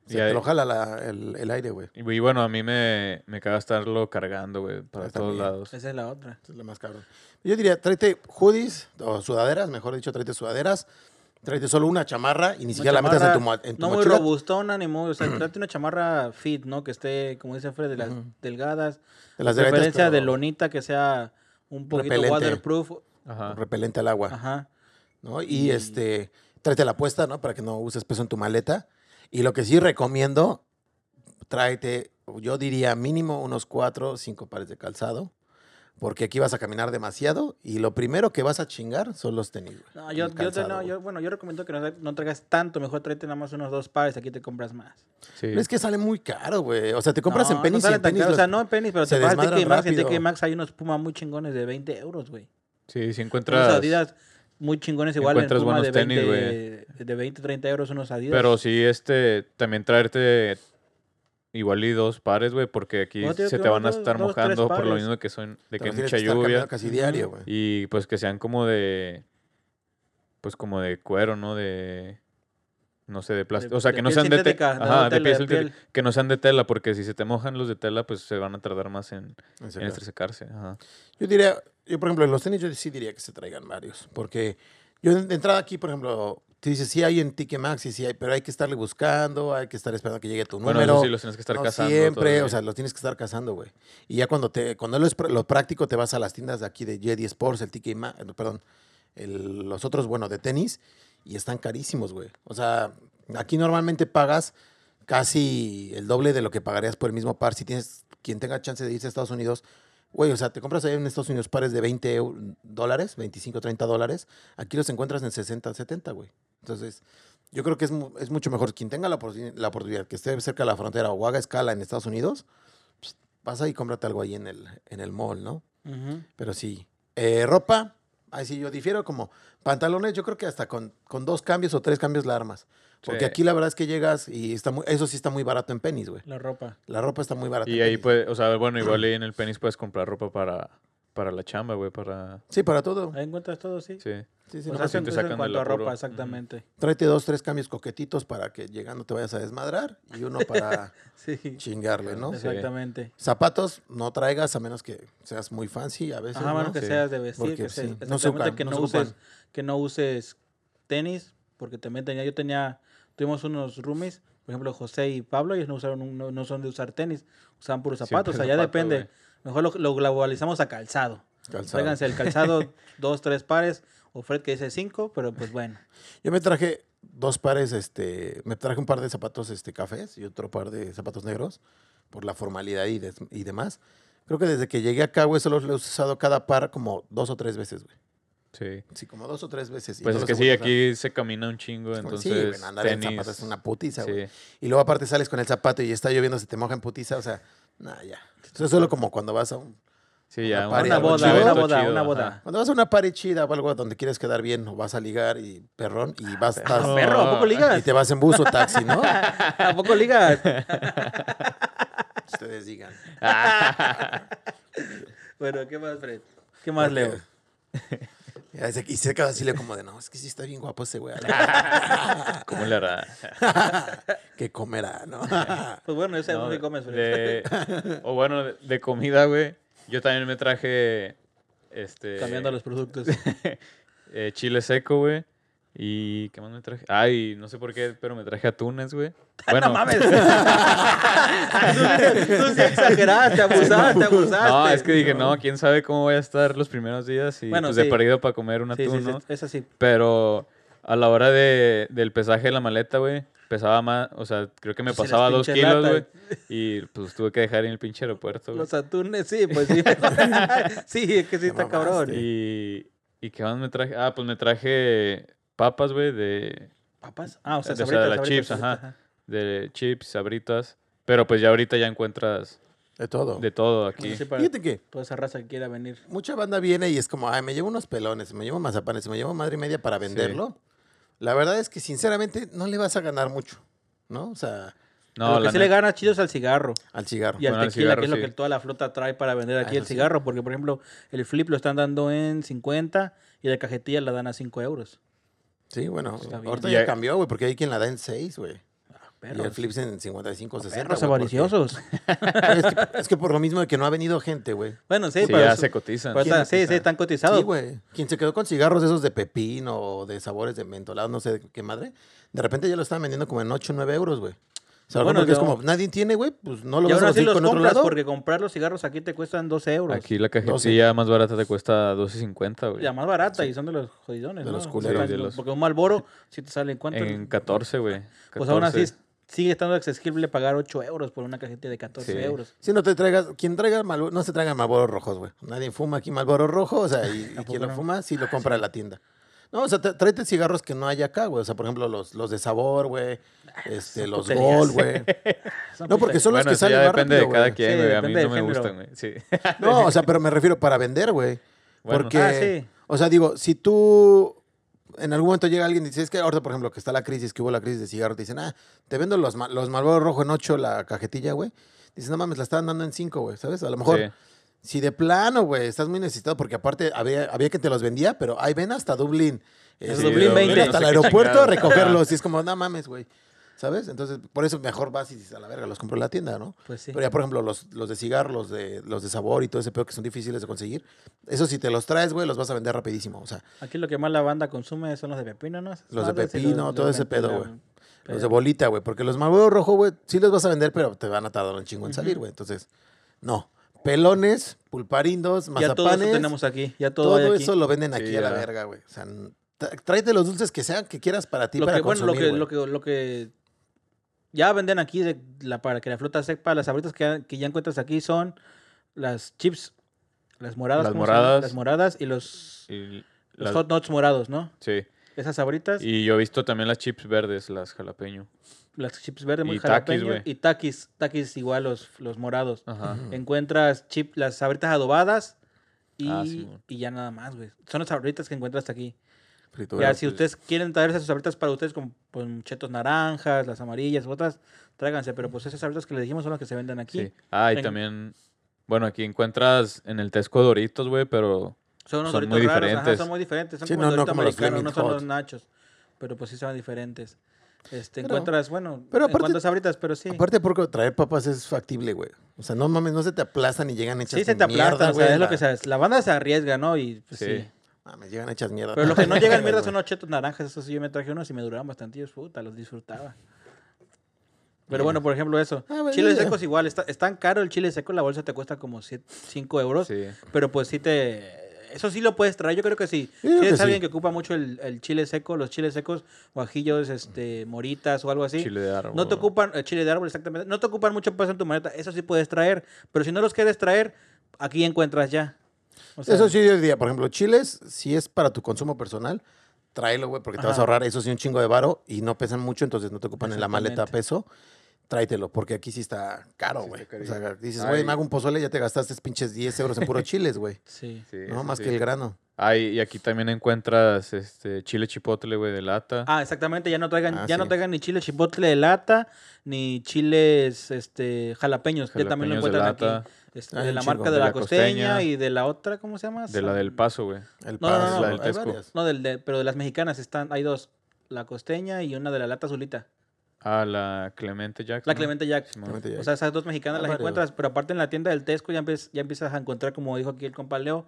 A: se
D: Y ahí-
A: te lo jala la- el, el aire, güey.
D: Y, y bueno, a mí me, me caga estarlo cargando, güey, para
A: Ah,
D: todos
A: también.
D: lados.
C: Esa es la otra.
A: Esa Es la más cabrón. Yo diría, tráete hoodies o sudaderas, mejor dicho, tráete sudaderas. Tráete solo una chamarra y ni
C: Una
A: siquiera la metas en
C: chamarra
A: tu, mo- en tu
C: No muy
A: mochila.
C: robustona ni muy,
A: (clears throat)
C: o sea, trate una chamarra fit, ¿no? Que esté, como dice Fred, de las
A: Ujú.
C: delgadas.
A: De las delgaditas,
C: referencia de
A: pero
C: lonita que sea un poquito
A: Repelente. Ah,
C: waterproof.
D: Ajá.
A: Repelente al agua,
C: Ajá.
A: ¿no? Y,
C: Mm.
A: este, tráete la puesta, ¿no? Para que no uses peso en tu maleta. Y lo que sí recomiendo, tráete, yo diría mínimo unos cuatro, cinco pares de calzado. Porque aquí vas a caminar demasiado y lo primero que vas a chingar son los tenis. güey,
C: No, yo,
A: el
C: yo te-
A: calzado,
C: no,
A: güey.
C: yo- bueno, yo recomiendo que no, tra- no traigas tanto, mejor tráete nada más unos dos pares, aquí te compras más.
D: Sí.
A: Pero es que sale muy caro, güey. O sea, te compras
C: No,
A: en penis
C: no
A: y
C: sale
A: en
C: tan
A: tenis.
C: caro, O
A: los-
C: sea, no en penis, pero
A: se
C: te vas a TK
A: desmadran
C: Max. En
A: rápido.
C: TK Max hay unos Puma muy chingones de 20 euros, güey.
D: Sí, si
C: Unos
D: encuentras...
C: Adidas muy chingones igual en
D: Encuentras
C: Puma de
D: buenos tenis,
C: 20, de 20, 30 euros unos Adidas.
D: Pero sí, este, también traerte igual y dos pares, güey, porque aquí
C: No, te digo
D: se
C: que
D: te
C: unos
D: van a
C: dos-
D: estar
C: dos, tres
D: mojando por lo
C: pares.
D: mismo que son
A: te
D: de que
A: los
D: hay
A: tienes
D: mucha
A: estar
D: lluvia.
A: cambiando casi diario, güey.
D: Y pues que sean como de... Pues como de cuero, ¿no? De... No sé, de plástico. O sea,
C: de
D: que no
C: piel
D: sean de
C: sintética,
D: tela.
C: no
D: Ajá,
C: de
D: de
C: tela,
D: piel
C: de
D: sintética. Que no sean de tela, porque si se te mojan los de tela, pues se van a tardar más en,
A: En
D: en
A: serio.
D: estresecarse. Ajá.
A: Yo diría, yo por ejemplo, en los tenis yo sí diría que se traigan varios. Porque yo de entrada aquí, por ejemplo, te dices, sí hay en Ticketmax, y sí hay, pero hay que estarle buscando, hay que estar esperando que llegue tu número.
D: Bueno, eso sí, los tienes que estar
A: No
D: cazando.
A: siempre,
D: todavía.
A: o sea, los tienes que estar cazando, güey. Y ya cuando te cuando lo, es pr- lo práctico te vas a las tiendas de aquí de Jedi Sports, el TK Ma- eh, perdón, el- los otros, bueno, de tenis y están carísimos, güey. O sea, aquí normalmente pagas casi el doble de lo que pagarías por el mismo par. Si tienes quien tenga chance de irse a Estados Unidos, güey, o sea, te compras allá en Estados Unidos pares de 20 eu- dólares, 25, 30 dólares. Aquí los encuentras en 60, 70, güey. Entonces, yo creo que es, mu- es mucho mejor quien tenga la, oportuni- la oportunidad, que esté cerca de la frontera o haga escala en Estados Unidos, pues, pasa y cómprate algo ahí en el, en el mall, ¿no?
C: Ujú.
A: Pero sí. Eh, ropa, ahí sí yo difiero como pantalones, yo creo que hasta con, con dos cambios o tres cambios la armas. Porque
D: Sí.
A: aquí la verdad es que llegas y está muy, eso sí está muy barato en pennies, güey.
C: La ropa.
A: La ropa está muy barata.
D: Y
A: en
D: ahí
A: Pennies.
D: pues, o sea, bueno, igual ahí en el penis puedes comprar ropa para, para la chamba, güey, para...
A: Sí, para todo.
C: Ahí encuentras todo, sí.
D: Sí.
A: Sí, sí,
C: O
A: no
C: sea,
A: más-
D: sí
C: eso-
D: te
C: eso
D: sacan
C: en
D: del
C: cuanto a
D: apuro.
C: ropa,
D: Ujú.
C: exactamente.
A: Tráete dos, tres cambios coquetitos para que llegando te vayas a desmadrar y uno
D: (laughs)
A: para
C: Sí.
A: chingarle, ¿no?
D: Sí.
C: Exactamente.
A: Zapatos no traigas a menos que seas muy fancy a veces.
C: Ajá, a menos
A: ¿no?
C: que
D: Sí.
C: seas de vestir,
A: Porque
C: que
A: sí,
C: seas-
A: no se
C: exactamente,
A: ocupan,
C: que
A: no
C: no,
A: se
C: uses,
A: ocupan.
C: que no uses tenis, porque también tenía, yo tenía, tuvimos unos roomies, por ejemplo José y Pablo, ellos no usaron, un- no, no son de usar tenis, usaban puros zapatos,
D: Siempre
C: o sea, ya
D: zapato,
C: depende.
D: güey.
C: Mejor lo, lo globalizamos a calzado.
A: Calzado.
C: Tráiganse el
A: (laughs)
C: calzado, dos, tres pares, o Fred que dice cinco, pero pues bueno.
A: Yo me traje dos pares, este, me traje un par de zapatos este, cafés y otro par de zapatos negros por la formalidad y, des- y demás. Creo que desde que llegué acá, güey, solo lo he usado cada par como dos o tres veces, güey.
D: Sí.
A: Sí, como dos o tres veces. y
D: Pues
A: no
D: es
A: los
D: que
A: he
D: sí,
A: vuelto a usar.
D: aquí se camina un chingo,
A: Es como,
D: entonces
A: sí, güey, andar
D: tenis...
A: en zapatos es una putiza, güey.
D: sí.
A: Y luego aparte sales con el zapato y está lloviendo, se te moja en putiza, o sea, nada, ya. Eso es solo como cuando vas a un,
D: Sí, ya.
A: party,
D: un-
A: algo
D: un
A: chido.
D: evento
A: Una
C: boda,
D: chido,
C: una
D: ajá.
C: boda.
A: cuando vas a una party chida o algo donde quieres quedar bien o vas a ligar y perrón y vas
D: perro.
A: estás-
C: Ah, Perro, ¿a poco
D: Oh.
A: y
C: ligas?
A: te vas en bus o taxi, ¿no?
C: (laughs) ¿A
A: (laughs)
C: poco ligas?
A: Ustedes digan.
C: bueno, ¿qué más, Fred? ¿Qué más, Leo?
A: (laughs) Ya se- Y se queda así, le como de, no, es que sí está bien guapo ese güey.
C: (laughs)
D: ¿Cómo le hará?
A: que comerá, ¿no?
C: Pues bueno, yo sé
D: No,
C: dónde comes, Fred.
D: de- o bueno, de, de comida, güey. Yo también me traje. Este.
C: (laughs) Cambiando los productos.
A: (laughs)
D: eh, chile seco, güey. ¿Y qué más me traje? Ay, no sé por qué, pero me traje atunes, güey.
C: (laughs)
D: Bueno,
C: No mames. tú, tú sí exageraste, abusaste, abusaste.
D: no, es que dije, no, quién sabe cómo voy a estar los primeros días. Y
C: Bueno,
D: pues
C: sí.
D: de perdido para comer un
C: Sí,
D: atún,
C: sí, sí,
D: ¿no?
C: es así.
D: Pero a la hora de, del pesaje de la maleta, güey, pesaba más. O sea, creo que me
C: Pues eres
D: pasaba dos
C: pinche
D: kilos,
C: lata. eh.
D: güey. Y pues tuve que dejar en el pinche
C: (laughs)
D: aeropuerto, güey.
C: Los atunes, sí, pues
D: (laughs)
C: sí. sí, es que sí
A: Te
C: está
A: mamaste.
C: cabrón.
D: Y, ¿Y qué más me traje? Ah, pues me traje papas, güey, de,
C: ¿Papas? Ah, o sea,
D: O sea,
C: sabritas,
D: las
C: sabritas,
D: chips,
C: sabritas,
D: ajá. de chips, sabritas. Pero pues ya ahorita ya encuentras
A: De todo.
D: de todo
C: Oh. Bueno,
D: aquí.
C: sí, para
A: Fíjate que
C: toda esa raza que quiera venir.
A: mucha banda viene y es como, ay, me llevo unos pelones, me llevo mazapanes, me llevo madre y media para venderlo. La verdad es que, sinceramente, no le vas a ganar mucho, ¿no? O sea,
D: No,
C: lo que
D: la
C: sí le
D: neta-
C: gana chidos al cigarro
A: al cigarro.
C: y al
D: Bueno, al
C: tequila,
D: cigarro,
C: que es
D: sí.
C: lo que toda la flota trae para vender aquí
A: Ah,
C: el
A: eso sí.
C: cigarro. Porque, por ejemplo, el flip lo están dando en 50 y la cajetilla la dan a 5 euros.
A: Sí, bueno,
C: Está bien.
A: ahorita
D: Y
A: ya
D: hay-
A: cambió, güey, porque hay quien la da en 6, güey. Y el
C: Perros,
A: flips en 55,
D: pues,
A: 60.
C: perros
A: güey, porque-
C: avariciosos.
A: (laughs) es, que, es que por lo mismo de que no ha venido gente, güey.
C: Bueno, sí,
D: Sí,
C: pero
D: ya
C: su-
D: se cotizan.
C: pero
A: ¿Quién
C: están- sí,
A: cotiza?
C: sí, están cotizados.
A: Sí, güey. Quien se quedó con cigarros esos de pepino o de sabores de mentolado, no sé de qué madre, de repente ya lo estaban vendiendo como en 8 o 9 euros, güey. O sea,
C: Bueno,
A: bueno, es
C: yo-
A: como, nadie tiene, güey, pues no lo
C: y
A: vas
C: aún
A: a
C: así
A: conseguir
C: los
A: con otro
C: compras
A: lado.
C: porque comprar los cigarros aquí te cuestan 12 euros.
D: Aquí la cajetilla más barata te cuesta 12.50, güey.
C: La más barata y son de los jodidones,
A: De
C: ¿no?
A: los
C: Sí,
A: culeros.
D: Sí, de los-
C: Porque un Malboro, si te sale en cuánto.
D: En 14, güey.
C: pues aún así
D: 14.
C: es- sigue estando accesible pagar 8 euros por una cajeta de 14
D: Sí.
C: euros.
A: Si no te traigas, quien traiga Malboro, no se traigan Malboros rojos, güey. Nadie fuma aquí Malboro rojo, o sea,
C: (laughs)
A: y, y
C: poco
A: quien lo
C: no? Ah,
A: fuma, sí lo compra en la tienda. No, o sea, tra- tráete cigarros que no hay acá, güey. O sea, por ejemplo, los, los de sabor, güey. Este, los
C: Ah, puterías.
A: gol,
C: (laughs)
A: güey.
C: Es una
A: No, porque
C: putería.
A: son los
D: Bueno,
A: que
D: eso
A: salen
D: ya
A: más
D: depende de
A: rápido,
D: cada
A: güey.
D: quien,
C: Sí,
D: güey. A mí
C: depende
D: no
C: del
D: me
C: género.
D: gustan, güey. Sí.
A: No, o sea, pero me refiero para vender, güey.
D: Bueno.
A: Porque,
C: Ah, sí.
A: o sea, digo, si tú en algún momento llega alguien y dice, es que ahorita, por ejemplo, que está la crisis, que hubo la crisis de cigarro, te dicen, ah, te vendo los, ma- los Malboro Rojo en 8 la cajetilla, güey. Dicen, no mames, la estaban dando en 5, güey, ¿sabes? A lo mejor,
D: Sí.
A: si de plano, güey, estás muy necesitado, porque aparte había, había quien te los vendía, pero ahí ven hasta Dublín.
C: Es
A: Este,
C: Dublín 20.
A: hasta
D: No
A: el
D: sé qué
A: aeropuerto a
D: chingados.
A: recogerlos. Y es como, no mames, güey. ¿Sabes? Entonces, por eso mejor vas y dices, a la verga, los compro en la tienda, ¿no?
C: Pues sí.
A: Pero ya, por ejemplo, los, los de cigarro, los de, los de sabor y todo ese pedo que son difíciles de conseguir, eso si te los traes, güey, los vas a vender rapidísimo. O sea,
C: Aquí lo que más la banda consume son los de pepino, ¿no? Esas
A: Los de
C: madres y
A: pepino, todo ese
C: mentira,
A: pedo, güey.
C: pero-
A: los de bolita, güey, porque los Marlboro rojo, güey, sí los vas a vender, pero te van a tardar un chingo en salir, güey. Entonces, no. Pelones, pulparindos,
C: Ya todo eso
A: mazapanes,
C: tenemos aquí. Ya todo,
A: todo,
C: hay aquí.
A: eso lo venden aquí
D: Sí,
A: a la
D: ya.
A: verga, güey. O sea, n- Tra- Tráete los dulces que sean que quieras para ti,
C: lo
A: para
C: que, bueno, lo
A: consumir,
C: que,
A: güey.
C: lo, que, lo que ya venden aquí de la, para que la flota sepa, las sabritas que, que ya encuentras aquí son las chips, las moradas.
D: Las
C: ¿cómo se llaman?
D: moradas.
C: Las moradas y los,
D: Y
C: los
D: las-
C: hot nuts morados, ¿no?
D: sí.
C: Esas sabritas,
D: Y yo he visto también las chips verdes, las jalapeño.
C: las chips verdes muy
D: y Takis,
C: jalapeño
D: güey. Mm.
C: y taquis, taquis igual los, los morados.
D: Ajá.
C: Encuentras chip, las sabritas adobadas y,
D: Ah, Simón.
C: y ya nada más, güey. Son las sabritas que encuentras aquí.
A: Fritura.
C: ya, si
D: pues-
C: ustedes quieren traer esas sabritas para ustedes con, con chetos naranjas, las amarillas, otras, tráiganse. Pero pues esas sabritas que les dijimos son las que se venden aquí.
D: Sí. Ah, y
C: En-
D: también. Bueno, aquí encuentras en el Tesco Doritos, güey, pero.
C: Son unos
D: Son
C: doritos
D: muy
C: raros, ajá,
D: diferentes.
C: son muy diferentes. Son
A: Sí,
C: como
A: no,
C: el
A: no
C: dorito
A: como los
C: americano, no
A: Flaming
C: son los
A: Hot.
C: nachos. Pero pues sí son diferentes. Este,
A: Pero-
C: encuentras, bueno,
A: pero aparte-
C: encuentras sabritas, pero sí.
A: Aparte, porque traer papas es factible, güey. O sea, no mames, no se te aplastan y llegan hechas
C: sí se te
A: mierda,
C: aplastan, o sea,
A: güey,
C: es lo
A: la-
C: que sabes. La banda se arriesga, ¿no? Y pues, sí.
D: Sí.
A: Mames, Ah, llegan hechas mierda.
C: Pero
A: (laughs)
C: lo que no llegan mierda
A: mierdas
C: son los chetos naranjas. Eso sí, yo me traje unos y me duraban bastantillos. Puta, los disfrutaba. Pero bueno, por ejemplo, eso.
A: Ah, bueno,
C: chiles
A: ya.
C: secos igual. Está, es tan caro el chile seco. La bolsa te cuesta como 5 euros.
D: Sí.
C: Pero pues sí te... Eso sí lo puedes traer. Yo creo que sí.
A: Yo creo
C: si
A: que
C: eres
A: sí.
C: alguien que ocupa mucho el, el chile seco, los chiles secos, guajillos, este, moritas o algo así.
D: Chile de árbol.
C: No te ocupan, eh, chile de árbol, exactamente. No te ocupan mucho peso en tu maleta. Eso sí puedes traer. Pero si no los quieres traer, aquí encuentras ya. O sea,
A: Eso sí, yo diría, por ejemplo, chiles, si es para tu consumo personal, tráelo, güey, porque te vas a
C: Ajá.
A: ahorrar, eso sí, un chingo de varo y no pesan mucho, entonces no te ocupan en la maleta
C: Exactamente.
A: peso. Tráetelo, porque aquí sí está caro,
D: Sí
A: güey.
D: está
A: o sea,
D: carillo.
A: dices, güey,
D: Ay.
A: me hago un pozole, ya te gastaste pinches 10 euros en
C: (laughs)
A: puro chiles, güey.
C: Sí.
D: Sí,
A: No,
D: eso
A: más
D: sí.
A: que el grano.
D: Ah, y y aquí también encuentras este chile chipotle, güey, de lata.
C: Ah, exactamente, ya no traigan,
A: Ah,
C: ya no
A: sí.
C: traigan ni chile chipotle de lata, ni chiles este jalapeños, ya también lo
D: Jalapeños de
C: encuentran aquí.
D: lata.
C: Este,
A: Hay
C: de
A: un
C: la
A: chingo.
C: marca de, la, costeña, y de la otra, ¿cómo se llama?
D: de la del paso, güey.
A: El
C: No, no,
A: pan,
C: no,
A: el-
C: la
A: hay
D: del Tesco.
A: varias.
C: No, del de- pero de las mexicanas están, hay dos, la costeña y una de la lata azulita.
D: Ah, la Clemente Jackson.
C: La Clemente Jack.
D: Simón.
A: Clemente Jack.
C: O sea, esas dos mexicanas
A: Ah,
C: las
A: varios.
C: encuentras, pero aparte en la tienda del Tesco ya, empiez- ya empiezas a encontrar, como dijo aquí el compa Leo,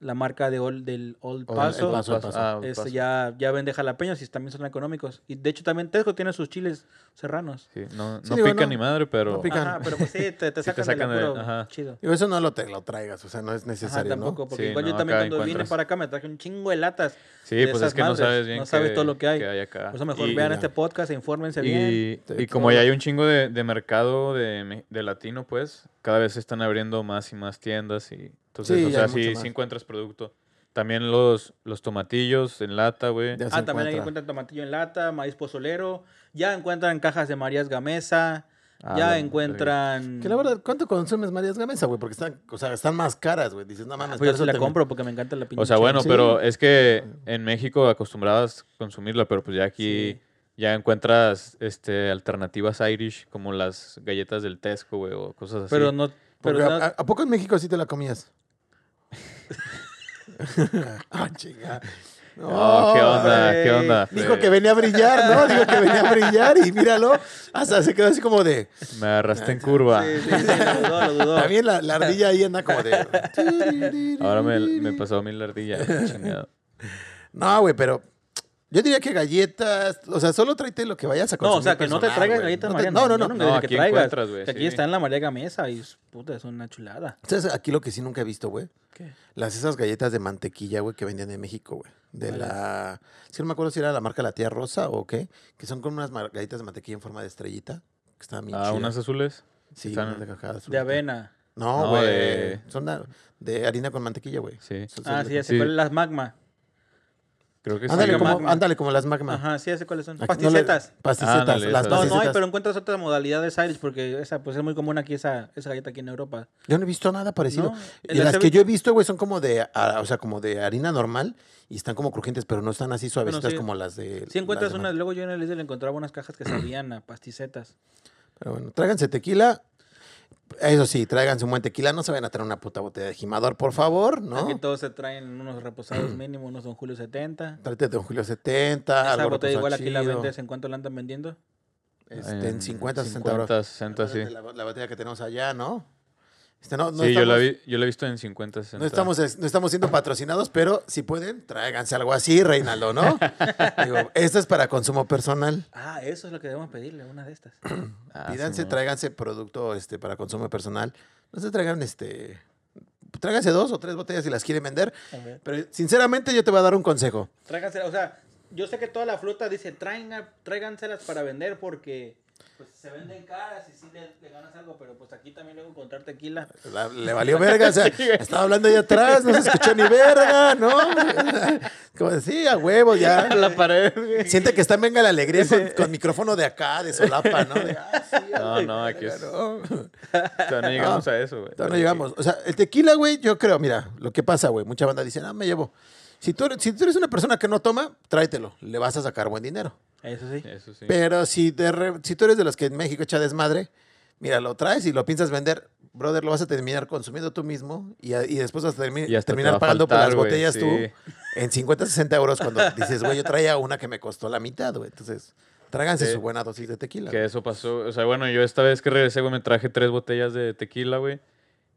C: la marca de Old- del Old
A: Old-
C: Paso.
A: El Paso, el Paso.
D: Ah, el
C: Este,
D: Paso.
C: ya, ya vende jalapeños y también son económicos. Y de hecho también Tesco tiene sus chiles serranos.
D: Sí, no,
A: Sí,
D: no
A: digo,
D: pica
A: no-
D: ni madre, pero.
A: no pica.
C: Ajá, pero pues sí, te, te
D: (laughs) Sí,
C: sacan,
D: te sacan
C: del
D: de-
C: apuro
D: ajá.
C: chido.
A: Digo, eso no lo te lo traigas, o sea, no es
C: Ajá,
A: necesario,
C: tampoco,
A: ¿no?
C: porque
D: Sí,
C: igual yo
D: no,
C: también
D: acá
C: cuando vine
D: encuentras-
C: para acá me traje un chingo de latas.
D: sí,
C: de
D: pues
C: esas
D: es que no
C: madres,
D: sabes bien.
C: no sabes todo lo que hay.
D: acá.
C: Por eso mejor
D: Ah, Y-
C: vean
A: ya.
C: este podcast, e infórmense bien.
D: Y,
A: Te-
D: y
A: todo
D: como
A: lo-
D: ya hay un chingo de, de mercado de, me- de latino, pues, cada vez se están abriendo más y más tiendas. y Entonces,
A: Sí,
D: o
A: ya
D: sea,
A: hay mucho
D: sí,
A: más.
D: sí encuentras producto. También los, los tomatillos en lata, güey.
A: Ya se
C: Ah, también ahí
A: encuentra.
C: encuentran tomatillo en lata, maíz pozolero. Ya encuentran cajas de Marías Gamesa.
D: Ah,
C: ya
D: la-
C: encuentran.
A: Que la verdad, ¿cuánto consumes Marías Gamesa, güey? Porque están, o sea, están más caras, güey. Dices, no
C: Ah,
A: mames,
C: pues yo
A: pero
C: sí la
A: te-
C: compro porque me encanta la pinche.
D: O sea, bueno,
A: Sí.
D: pero es que en México acostumbradas a consumirla, pero pues ya aquí
C: Sí.
D: ya encuentras este alternativas Irish como las galletas del Tesco, güey, o cosas así.
C: Pero no. Pero
A: Porque
C: no-
A: a, a- ¿a poco en México sí te la
C: (laughs)
A: comías? ah, chinga. No,
D: Oh, ¿qué onda? ¿Qué
C: güey.
D: onda?
A: Dijo
D: Fer?
A: que venía a brillar, ¿no? Dijo que venía a brillar y míralo. Hasta se quedó así como de.
D: Me agarraste en curva.
C: Sí, sí, sí, lo dudó, lo
A: (laughs)
C: dudó.
A: También la, la ardilla ahí anda como de.
D: Ahora me, me pasó a mí
A: (laughs)
D: la ardilla. chingado.
A: No, güey, pero. Yo diría que galletas. O sea, solo tráete lo que vayas a
C: No,
A: consumir.
C: o sea, que no te
A: personal,
C: traigas
A: güey.
C: galletas
A: No te-
C: María.
A: No, no,
C: yo
A: no.
C: dije
D: No,
C: que
D: aquí
C: traigas.
D: encuentras, güey,
C: Que Aquí
D: sí.
C: está en la María Gamesa y puta, es una chulada.
A: ¿Sabes? Aquí lo que sí nunca he visto, güey.
C: ¿Qué?
A: Las esas galletas de mantequilla, güey, que vendían en México, güey. De la. Es que no me acuerdo si era la marca La Tía Rosa o qué. Que son con unas mar- galletas de mantequilla en forma de estrellita. Que estaban bien
D: Ah,
A: chidas.
D: unas azules.
A: Sí,
D: están-
A: unas de cajada azul.
C: De avena.
A: No,
D: No,
A: güey.
D: de-
A: Son de, de harina con mantequilla, güey.
D: Sí.
A: Son- son
C: Ah,
A: de-
C: sí, ya sé
D: Sí.
C: cuáles las magma.
D: Creo que
A: Ándale,
D: sí.
A: como,
C: magma.
A: ándale como las magma.
C: Ajá, sí, ya sé cuáles son.
A: Aquí no le-
C: Pasticetas.
A: pasticetas.
D: Ándale,
A: las
C: No,
D: esas.
C: no hay,
A: pasticetas.
C: pero encuentras otra modalidad de Irish porque esa pues es muy común aquí esa, esa galleta aquí en Europa.
A: Yo no he visto nada parecido.
C: No,
A: Y
C: en la
A: las que
C: Seven-
A: yo he visto, güey, son como de, ah, o sea, como de harina normal y están como crujientes, pero no están así suavecitas
C: sí.
A: como las de.
C: Sí
A: las
C: encuentras
A: de
C: unas,
A: man-
C: luego yo en el Lidl encontraba unas cajas que sabían a pasticetas.
A: Pero bueno, tráiganse tequila. Eso sí, tráiganse un buen tequila. No se vayan a traer una puta botella de jimador, por favor,
C: Aquí
A: ¿no?
C: todos se traen
A: (clears throat)
C: unos reposados mínimo, unos Don Julio 70.
A: Tráete de un Julio 70.
C: Esa
A: algo
C: botella
A: reposado
C: igual aquí la
A: Ah, chido,
C: vendes, ¿en cuánto la andan vendiendo?
A: este, en 50, 60 euros.
D: 50, 60, sí.
A: Acuérdate La, la botella que tenemos allá, ¿no? Este, no, no
D: sí, yo, la
A: estamos-
D: vi, yo la he visto en 50, 60.
A: No estamos, no estamos siendo patrocinados, pero si pueden, tráiganse algo así, Reinaldo,
D: (laughs)
A: ¿no? Digo, esto es para consumo personal.
C: Ah, eso es lo que debemos pedirle, una
A: (clears throat)
C: de estas.
D: Ah,
A: Pídanse,
D: Simón.
A: tráiganse producto este, para consumo personal. No se traigan este Tráigase dos o tres botellas si las quieren vender.
C: A ver.
A: Pero sinceramente yo te voy a dar un consejo.
C: Tráiganse- o sea, yo sé que toda la fruta dice, "Traiga- tráiganselas para vender porque pues, se venden caras y sí le, le ganas algo, pero pues aquí también luego encontrar tequila.
A: La- le valió verga, o sea, estaba hablando ahí atrás, no se escuchó ni verga, ¿no? Como decía, a huevos (laughs) ya.
D: A la pared, güey.
A: Siente que está en venga la alegría con, con micrófono de acá, de solapa, ¿no? De, ah, sí, a
D: No,
A: la
D: no, aquí
A: verga,
D: es-
A: no.
D: (laughs) Todavía no llegamos a eso, güey.
A: Todavía no llegamos. O sea, el tequila, güey, yo creo, mira, lo que pasa, güey, mucha banda dice, no, me llevo. Si tú, eres- si tú eres una persona que no toma, tráetelo, le vas a sacar buen dinero.
C: Eso sí.
D: Eso sí.
A: Pero si, de re- si tú eres de los que en México echa desmadre, mira, lo traes y lo piensas vender, brother, lo vas a terminar consumiendo tú mismo y, a- y después vas a termi-
D: Y hasta te va
A: terminar
D: a
A: pagando
D: faltar,
A: por las
D: güey,
A: botellas
D: sí.
A: tú en 50, 60 euros cuando
D: (laughs)
A: dices, güey, yo traía una que me costó la mitad, güey. Entonces, tráiganse
D: Sí.
A: su buena dosis de tequila.
D: Que eso pasó. O sea, bueno, yo esta vez que regresé, güey, me traje tres botellas de tequila, güey.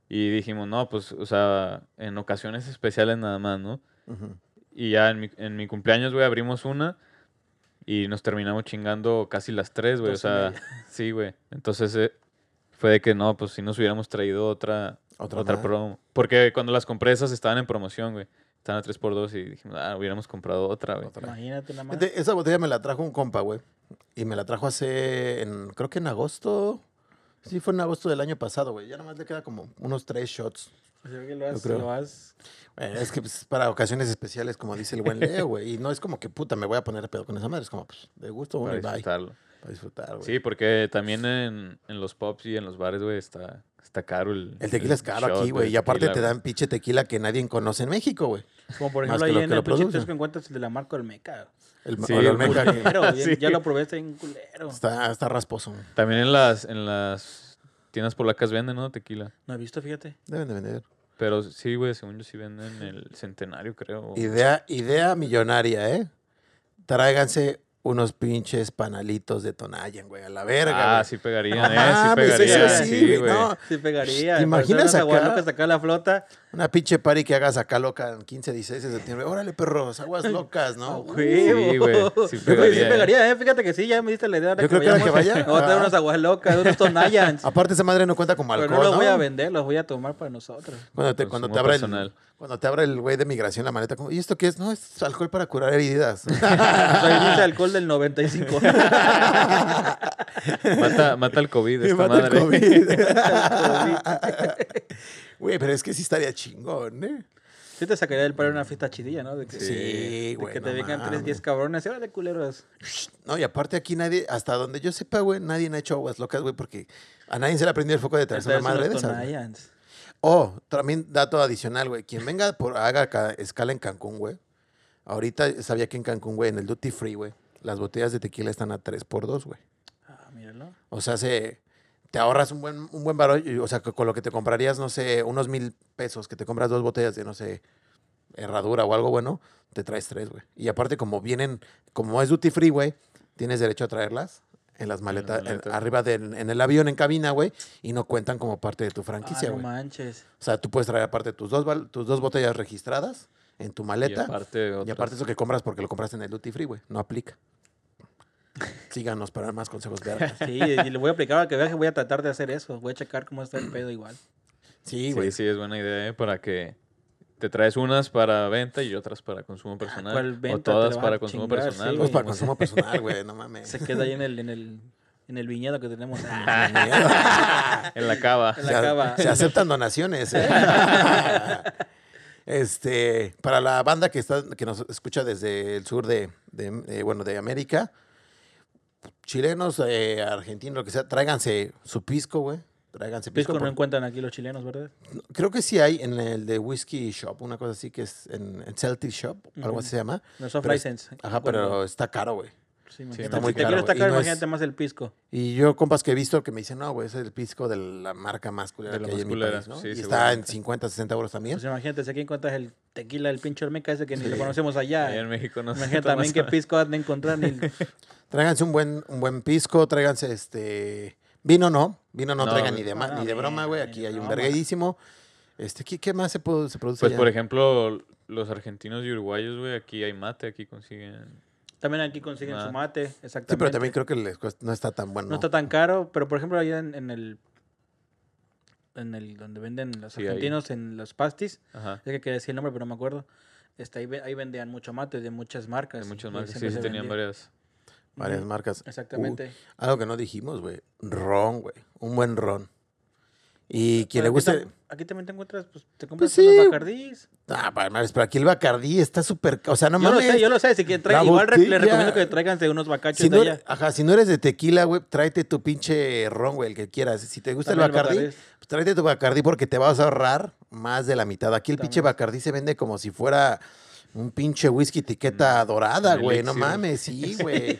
D: Y dijimos, no, pues, o sea, en ocasiones especiales nada más, ¿no?
A: Ujú.
D: Y ya en mi, en mi cumpleaños, güey, abrimos una y nos terminamos chingando casi las tres, güey. O
C: Dos y media.
D: sea, (laughs) sí, güey. Entonces eh, fue de que no, pues si nos hubiéramos traído otra,
A: Otra
D: otra,
A: más.
D: promo. Porque cuando las compré esas estaban en promoción, güey. Estaban a 3x2 y dijimos, ah, hubiéramos comprado otra, güey.
C: Imagínate nada más.
A: Fíjate, esa botella me la trajo un compa, güey. Y me la trajo hace, en- creo que en agosto. Sí, fue en agosto del año pasado, güey. Ya nomás le queda como unos tres shots.
C: O sea, que lo has,
A: creo.
C: lo has-
A: Bueno, es que pues, es para ocasiones especiales, como dice el
D: (laughs)
A: buen Leo, güey. Y no es como que puta, me voy a poner a pedo con esa madre. Es como, pues, de gusto, uno
D: Para
A: y bye.
D: disfrutarlo.
A: Para disfrutar, güey.
D: Sí, porque también en, en los pubs y en los bares, güey, está, está caro el.
A: El tequila es caro
D: shot
A: aquí,
D: de
A: güey. Y aparte
D: tequila,
A: te
D: güey.
A: dan pinche tequila que nadie conoce en México, güey.
C: Como por
A: Más
C: ejemplo
A: que lo
C: ahí
A: que
C: en
A: lo
C: el pinche
A: producen.
C: kiosco encuentras el de la marca Olmeca.
A: El,
D: Sí,
A: o la
D: el
A: almeja
D: (laughs)
A: que
C: Culero,
A: (laughs)
C: bien,
D: Sí.
C: Ya lo probé, está bien culero.
A: está, está rasposo. güey.
D: También en las, en las tiendas polacas venden, ¿no? Tequila.
C: No he visto, fíjate.
A: Deben de vender.
D: Pero sí, güey, según yo sí venden el centenario, creo.
A: Idea, idea millonaria, ¿eh? Tráiganse unos pinches panalitos de Tonayan, güey. A la verga,
D: ah,
A: güey.
D: sí pegarían,
A: No
D: eh, sí
A: mames,
D: pegarían.
A: eso sí,
D: sí,
A: güey,
D: güey.
A: no. Pues,
C: Sí pegaría.
A: ¿Te imaginas acá?
C: acá? sacar la flota.
A: Una pinche party que hagas acá loca en 15, 16 de septiembre. Órale, perros,
C: (laughs)
A: aguas locas,
C: Ah,
A: ¿no?
C: huevo.
D: Sí,
C: (laughs)
D: güey, sí
C: Yo creo que sí
D: pegaría, ¿eh?
C: pegaría, eh, Fíjate que sí, ya me diste la idea. ahora
A: Yo creo que ahora que vaya, Ah.
C: vayamos. (laughs) Me Voy a traer
A: ajá.
C: unas aguas locas,
A: (laughs)
C: unos tonayans.
A: Aparte, esa madre no cuenta como alcohol,
C: Pero no los
A: ¿no?
C: voy a vender, los voy a tomar para nosotros. (laughs)
A: Cuando te,
D: Consumo
A: cuando te abra el,
D: personal.
A: cuando te abra el güey de migración la maleta, como, ¿y esto qué es? No, es alcohol para curar
C: (laughs)
A: heridas. (laughs)
C: Soy dice alcohol del 95.
D: Mata, mata
A: (laughs)
D: el COVID,
A: Me
D: esta
A: mata el
C: (laughs)
D: madre.
A: COVID. Güey, pero es que sí estaría chingón, ¿eh?
C: sí te sacaría del paro una fiesta chidilla, ¿no? De que,
A: Sí,
C: de
A: güey,
C: que te
A: no
C: vengan
A: mames.
C: tres, diez cabrones. Ahora de culeros.
A: No, y aparte aquí nadie, hasta donde yo sepa, güey, nadie ha hecho aguas locas, güey, porque a nadie se le ha prendido el foco de traerse
C: Traes
A: una madre
C: unos
A: de esas. güey.
C: Tonayans.
A: Oh, también dato adicional, güey. Quien venga por, haga ca- escala en Cancún, güey. Ahorita sabía que en Cancún, güey, en el Duty Free, güey, las botellas de tequila están a 3x2, güey.
C: Ah, míralo.
A: O sea, se, te ahorras un buen, un buen valor. y- O sea, co- con lo que te comprarías, no sé, unos mil pesos, que te compras dos botellas de, no sé, herradura o algo bueno, te traes tres, güey. Y aparte, como vienen, como es duty free, güey, tienes derecho a traerlas en las maletas, en-
D: maletas.
A: arriba del- en el avión, en cabina, güey, y no cuentan como parte de tu franquicia,
C: Ah, no
A: güey. (laughs)
C: manches.
A: o sea, tú puedes traer aparte tus dos, val- tus dos botellas registradas en tu
D: (laughs) Y
A: maleta.
D: aparte,
A: Y
D: otras.
A: aparte eso que compras porque lo compraste en el duty free, güey, no aplica. Síganos para más consejos vergas.
C: (laughs) Sí, y le voy a aplicar a que viaje, voy a tratar de hacer eso. Voy a checar cómo está el pedo igual.
A: Sí, güey.
D: Sí, sí, es buena idea, ¿eh? Para que te traes unas para venta y otras para consumo personal.
C: Ah, ¿cuál venta?
D: o
C: Te
D: todas
C: la vas a
D: para consumo
C: chingar,
D: personal.
C: sí,
D: güey.
A: Pues para consumo personal, güey, no mames. (laughs)
C: Se queda ahí en el, en el, en el viñedo que tenemos. Ah,
A: Mierda.
D: En la cava.
C: En la
A: Se-
C: cava.
A: Se aceptan donaciones. eh. Este, para la banda que está, que nos escucha desde el sur de, de, eh, bueno, de América, chilenos, eh, argentinos, lo que sea, tráiganse su pisco, güey. Tráiganse pisco.
C: pisco no
A: por-
C: encuentran aquí los chilenos, ¿verdad?
A: Creo que sí hay en el de Whiskey Shop, una cosa así que es en, en Celtic Shop, algo
C: Ujú.
A: así se llama.
C: No soft
A: Pero es-
C: license.
A: Ajá, pero está caro, güey.
C: Sí, imagínate.
D: está muy
C: si te
D: caro,
A: güey,
C: quieres
A: y
C: tacar,
A: no es-
C: imagínate más el pisco.
A: Y yo, compas que he visto que me dicen, no, güey, ese es el pisco de la marca más culera
D: De la
A: que hay en mi
D: masculera,
A: país, ¿no?
D: sí,
A: y está en
D: seguramente.
A: 50, 60 euros también.
C: Pues imagínate, si aquí encuentras el tequila, el pinche olmeca ese que ni lo
A: Sí.
C: conocemos
D: Ahí
C: allá.
D: en México no se
C: Imagínate
D: toma
C: Ah. también qué
D: eso.
C: pisco han de encontrar.
A: (laughs)
C: ni-
A: Tráiganse un buen, un buen pisco, tráiganse este. Vino no, vino no,
D: No,
A: traigan ni
D: güey.
A: de, ma-
C: No,
A: ni de
C: no,
A: broma,
C: vino,
A: güey.
C: ni
A: Aquí
C: de
A: hay un
C: broma.
A: verguerísimo. Este, ¿qué, qué más se, puede- se produce?
D: Pues,
A: allá?
D: por ejemplo, los argentinos y uruguayos, güey, aquí hay mate, aquí consiguen.
C: También aquí consiguen
D: Ah.
C: su mate, exactamente.
A: Sí, pero también creo que les cuesta- no está tan bueno.
C: No está tan caro, pero por ejemplo, allá en, en el en el donde venden los
D: Sí, ahí.
C: argentinos en los pastis.
D: Ajá.
C: Es que quería decir el nombre, pero no me acuerdo. Este, ahí, ve- ahí vendían mucho mate de muchas marcas.
D: De
C: y,
D: muchas
C: pues,
D: marcas. Sí,
C: siempre
D: sí,
C: se
D: tenían
C: vendía.
D: varias.
A: Varias
C: Ujú,
A: marcas. Uh,
C: Exactamente.
A: algo que no dijimos, güey. Ron, güey. Un buen ron. Y quien
C: Eh, Pero
A: le
C: aquí
A: guste.
C: tam- Aquí también te encuentras, pues te compras
A: sí.
C: unos bacardís.
A: Ah, para madres, pero aquí el Bacardí está súper. ca- O sea, no
C: yo lo
A: mames.
C: sé, yo lo sé. Si quieren
A: La
C: traer, igual re-
A: botella.
C: les recomiendo que traigan de unos bacachos
A: Si
C: de
A: no,
C: allá.
A: ajá, si no eres de tequila, güey, tráete tu pinche ron, güey, el que quieras. Si te gusta
C: También
A: el
C: el
A: Bacardí,
C: Bacardí.
A: pues tráete tu Bacardí porque te vas a ahorrar más de la mitad. Aquí el pinche
C: También.
A: Bacardí se vende como si fuera un pinche whisky etiqueta
C: Mm.
A: dorada,
D: un
A: güey. No
D: elixir.
A: mames, sí, güey.
C: (laughs)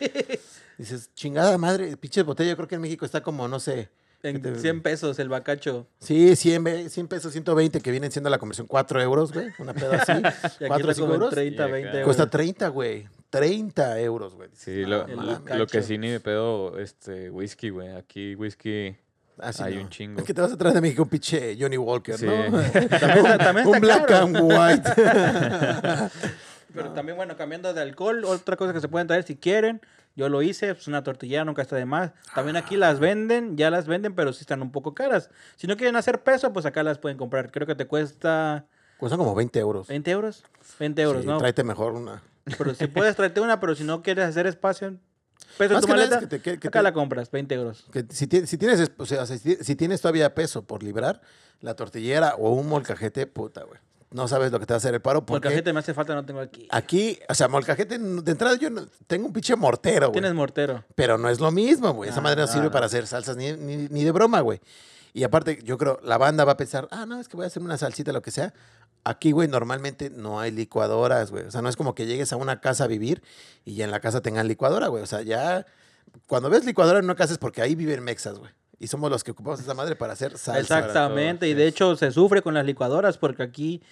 A: Dices, chingada madre, pinche botella. Yo creo que en México está como, no sé.
C: En
A: te-
C: 100 pesos el bacacho.
A: Sí, 100, ve- 100 pesos, 120, que vienen siendo la conversión 4 euros, güey. Una peda así.
C: (laughs) Y aquí
A: 4 o
C: está
A: 5
C: como en
A: euros.
C: 30,
D: Y acá.
C: 20 euros.
A: Cuesta 30, güey. 30 euros, güey. Dices,
D: Sí,
A: no
D: lo,
C: el
A: mames.
D: lo que
C: cacho.
D: sí ni de pedo, este, whisky, güey. Aquí whisky
A: Así
D: hay
A: no.
D: un chingo.
A: Es que te vas a traer de México un pinche Johnny Walker,
D: (laughs) Sí.
A: ¿no?
C: También está- también
A: un
C: está
A: black
C: caro.
A: and white.
D: (laughs)
C: Pero también, bueno, cambiando de alcohol, otra cosa que se pueden traer si quieren. Yo lo hice, pues una tortilla nunca está de más. También aquí
A: Ah.
C: las venden, ya las venden, pero sí están un poco caras. Si no quieren hacer peso, pues acá las pueden comprar. Creo que te cuesta
A: Cuestan como 20 euros.
C: 20 euros. 20 euros,
A: Sí,
C: ¿no?
A: Tráete mejor una.
C: Pero si
A: (laughs)
C: puedes traerte una, pero si no quieres hacer espacio, peso en
A: Más
C: tu
A: que nada es
C: maleta,
A: que te- que- que
C: acá
A: te-
C: la compras, 20 euros.
A: Que si, ti- si tienes, o sea, si, si tienes todavía peso por librar, la tortillera o un molcajete, puta, güey. No sabes lo que te va a hacer el paro porque
C: Molcajete me hace falta, no tengo
A: Ah,
C: aquí.
A: aquí, o sea, molcajete, de entrada yo no- tengo un pinche mortero, güey.
C: Tienes mortero.
A: Pero no es lo mismo, güey. Esa
C: Ah,
A: madre no sirve
C: claro.
A: para hacer salsas ni, ni- ni de broma, güey. Y aparte, yo creo, la banda va a pensar, ah, no, es que voy a hacer una salsita, lo que sea. Aquí, güey, normalmente no hay licuadoras, güey. O sea, no es como que llegues a una casa a vivir y ya en la casa tengan licuadora, güey. O sea, ya cuando ves licuadora en una casa es porque ahí viven mexas, güey. Y somos los que ocupamos esa madre para hacer salsa.
D: Exacto.
C: Exactamente,
D: todo,
C: y
D: sí.
C: de hecho se sufre con las licuadoras porque aquí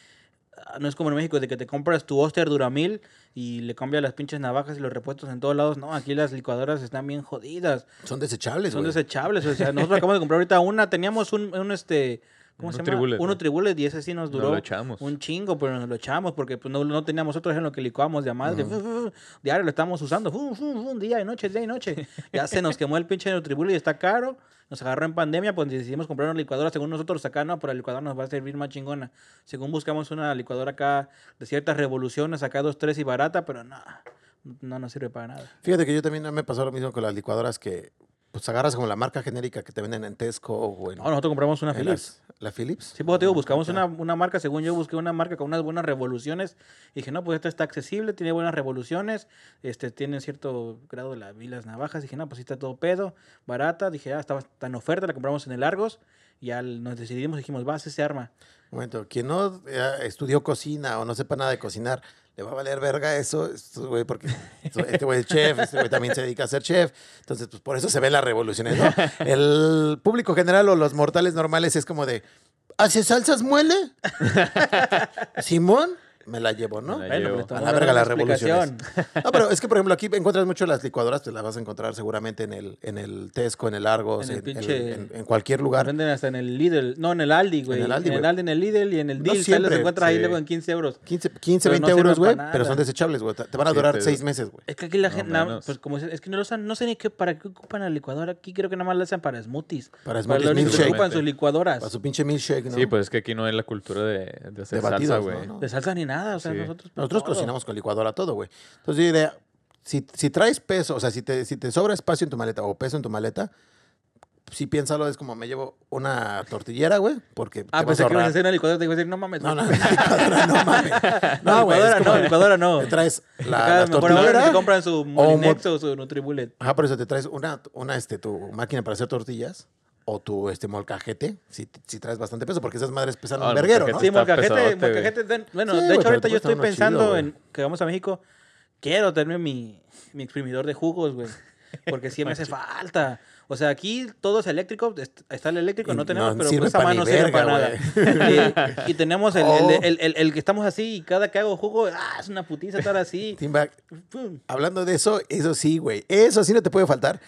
C: ah, no es como en México de que te compras tu Oster Duramil y le cambias las pinches navajas y los repuestos en todos lados. No, aquí las licuadoras están bien jodidas,
A: Son desechables,
C: son
A: güey.
C: desechables. O sea, nosotros acabamos de comprar ahorita una, teníamos un, un, este, ¿cómo
D: Un
C: se
D: Nutribullet,
C: llama? Un
D: ¿no?
C: Nutribullet y ese sí nos
D: Nos
C: duró
D: lo echamos.
C: un chingo, pero nos lo echamos porque pues, no, no teníamos otros en lo que licuamos de a madre. Fu, fu, fu. Diario lo estábamos usando, fu, fu, fu, día y noche, día y noche. Ya se nos quemó el pinche Nutribullet y está caro. Nos agarró en pandemia, pues decidimos comprar una licuadora. Según nosotros acá, no, pero la licuadora nos va a servir más chingona. Según buscamos una licuadora acá de ciertas revoluciones, acá dos, tres y barata, pero no, no nos sirve para nada.
A: Fíjate que yo también me pasó lo mismo con las licuadoras que pues agarras como la marca genérica que te venden en Tesco o en,
C: No, nosotros compramos una
A: en
C: Philips.
A: las- la Philips.
C: Sí, pues te digo,
A: Ah,
C: buscamos
A: ok.
C: una, una marca, según yo busqué una marca con unas buenas revoluciones. Y dije, no, pues esta está accesible, tiene buenas revoluciones, este, tiene cierto grado de la, vi las navajas. Dije, no, pues sí está todo pedo, barata. Dije, ah, estaba tan oferta, la compramos en el Argos. Y ya nos decidimos, dijimos, va, se arma.
A: Un momento, quien no eh, estudió cocina o no sepa nada de cocinar, le va a valer verga eso, estos güey, porque esto- este güey es chef, este güey también se dedica a ser chef, entonces pues por eso se ven las revoluciones,
C: (laughs)
A: ¿no? El público general o los mortales normales es como de, ¿hace salsas
C: (laughs)
A: muele? Simón, me la llevo, ¿no?
D: Me la
C: Bueno, pues,
D: llevo.
A: A
C: estamos
A: la
C: dando
A: verga
C: una
A: las revoluciones.
C: explicación. (laughs)
A: No, pero es que, por ejemplo, aquí encuentras mucho las licuadoras, te las vas a encontrar seguramente en el, en el Tesco, en el Argos,
C: En el
A: en, en-
C: pinche-
A: en- en cualquier lugar.
C: Venden hasta en el Lidl, no, en el Aldi, güey. En el Aldi, en el,
A: güey.
C: Lidl y en el
A: No
C: Deal. ahí los
A: siempre,
C: encuentras ahí
D: sí.
C: luego en 15 euros.
A: 15, 15
C: Pero no
A: 20 euros,
C: sirven
A: güey,
C: pa'
A: pero son
C: nada.
A: desechables, güey. Te te van a
D: Sí,
A: durar
D: te-
A: 6 meses, güey.
C: Es que aquí la
D: No
C: gente, na-
D: menos.
C: pues como se- es que no lo usan, no sé ni qué, para qué ocupan la licuadora aquí, creo que nada más la usan para smoothies.
A: Para
C: Para
A: smoothies,
C: lo único que
A: milkshake.
C: ocupan sus
A: Para
C: licuadoras.
A: su pinche milkshake, ¿no?
D: Sí, pues es que aquí no hay la cultura de, de hacer
A: De
D: salsa,
A: batidos,
D: güey.
A: ¿no?
C: De salsa ni nada, o sea,
D: Sí.
C: nosotros. pues,
A: Nosotros
C: todo.
A: cocinamos con licuadora todo, güey. Entonces yo diría, si, si traes peso, o sea, si te, si te sobra espacio en tu maleta o peso en tu maleta, sí piénsalo, es como me llevo una tortillera, güey, porque
C: Ah,
A: te vas
C: pues
A: a
C: que ibas a
A: ahorrar.
C: hacer una licuadora, te iba a decir, no mames.
A: No, no, licuadora, no (laughs)
C: (laughs)
A: mames.
C: No,
A: güey, es
C: licuadora
A: como-
C: no, licuadora no.
A: Te traes
C: Acá
A: la, la
C: mejor ahora
A: tortillera.
C: se compran su
A: mo-
C: Molinex o su Nutribullet.
A: Ajá, por eso te traes una, una este, tu máquina para hacer tortillas o tu este molcajete, si, si traes bastante peso, porque esas madres pesan
D: Ah,
A: un
D: el
A: verguero, ¿no?
C: Sí,
D: molcajete Está
C: molcajete,
D: pesadote, güey.
C: molcajete. ten- Bueno,
A: Sí,
C: de
A: güey,
C: hecho
A: pero te
C: ahorita yo
A: cuesta
C: estoy
A: uno chido,
C: pensando
A: güey.
C: en que vamos a México, quiero tener mi, mi exprimidor de jugos, güey. Porque sí me hace falta. O sea, aquí todo es eléctrico, est- está el eléctrico,
A: Y
C: no tenemos,
A: no
C: pero
A: sirve
C: pues, esa
A: pa'
C: mano
A: ni
C: no sirve para nada.
A: verga,
C: Y, y tenemos el, el,
A: Oh.
C: el- el- el que estamos así y cada que hago jugo, ah, es una putiza
A: (laughs)
C: estar así.
A: Timba,
C: Pum.
A: hablando de eso, eso sí, güey. Eso sí no te puede faltar.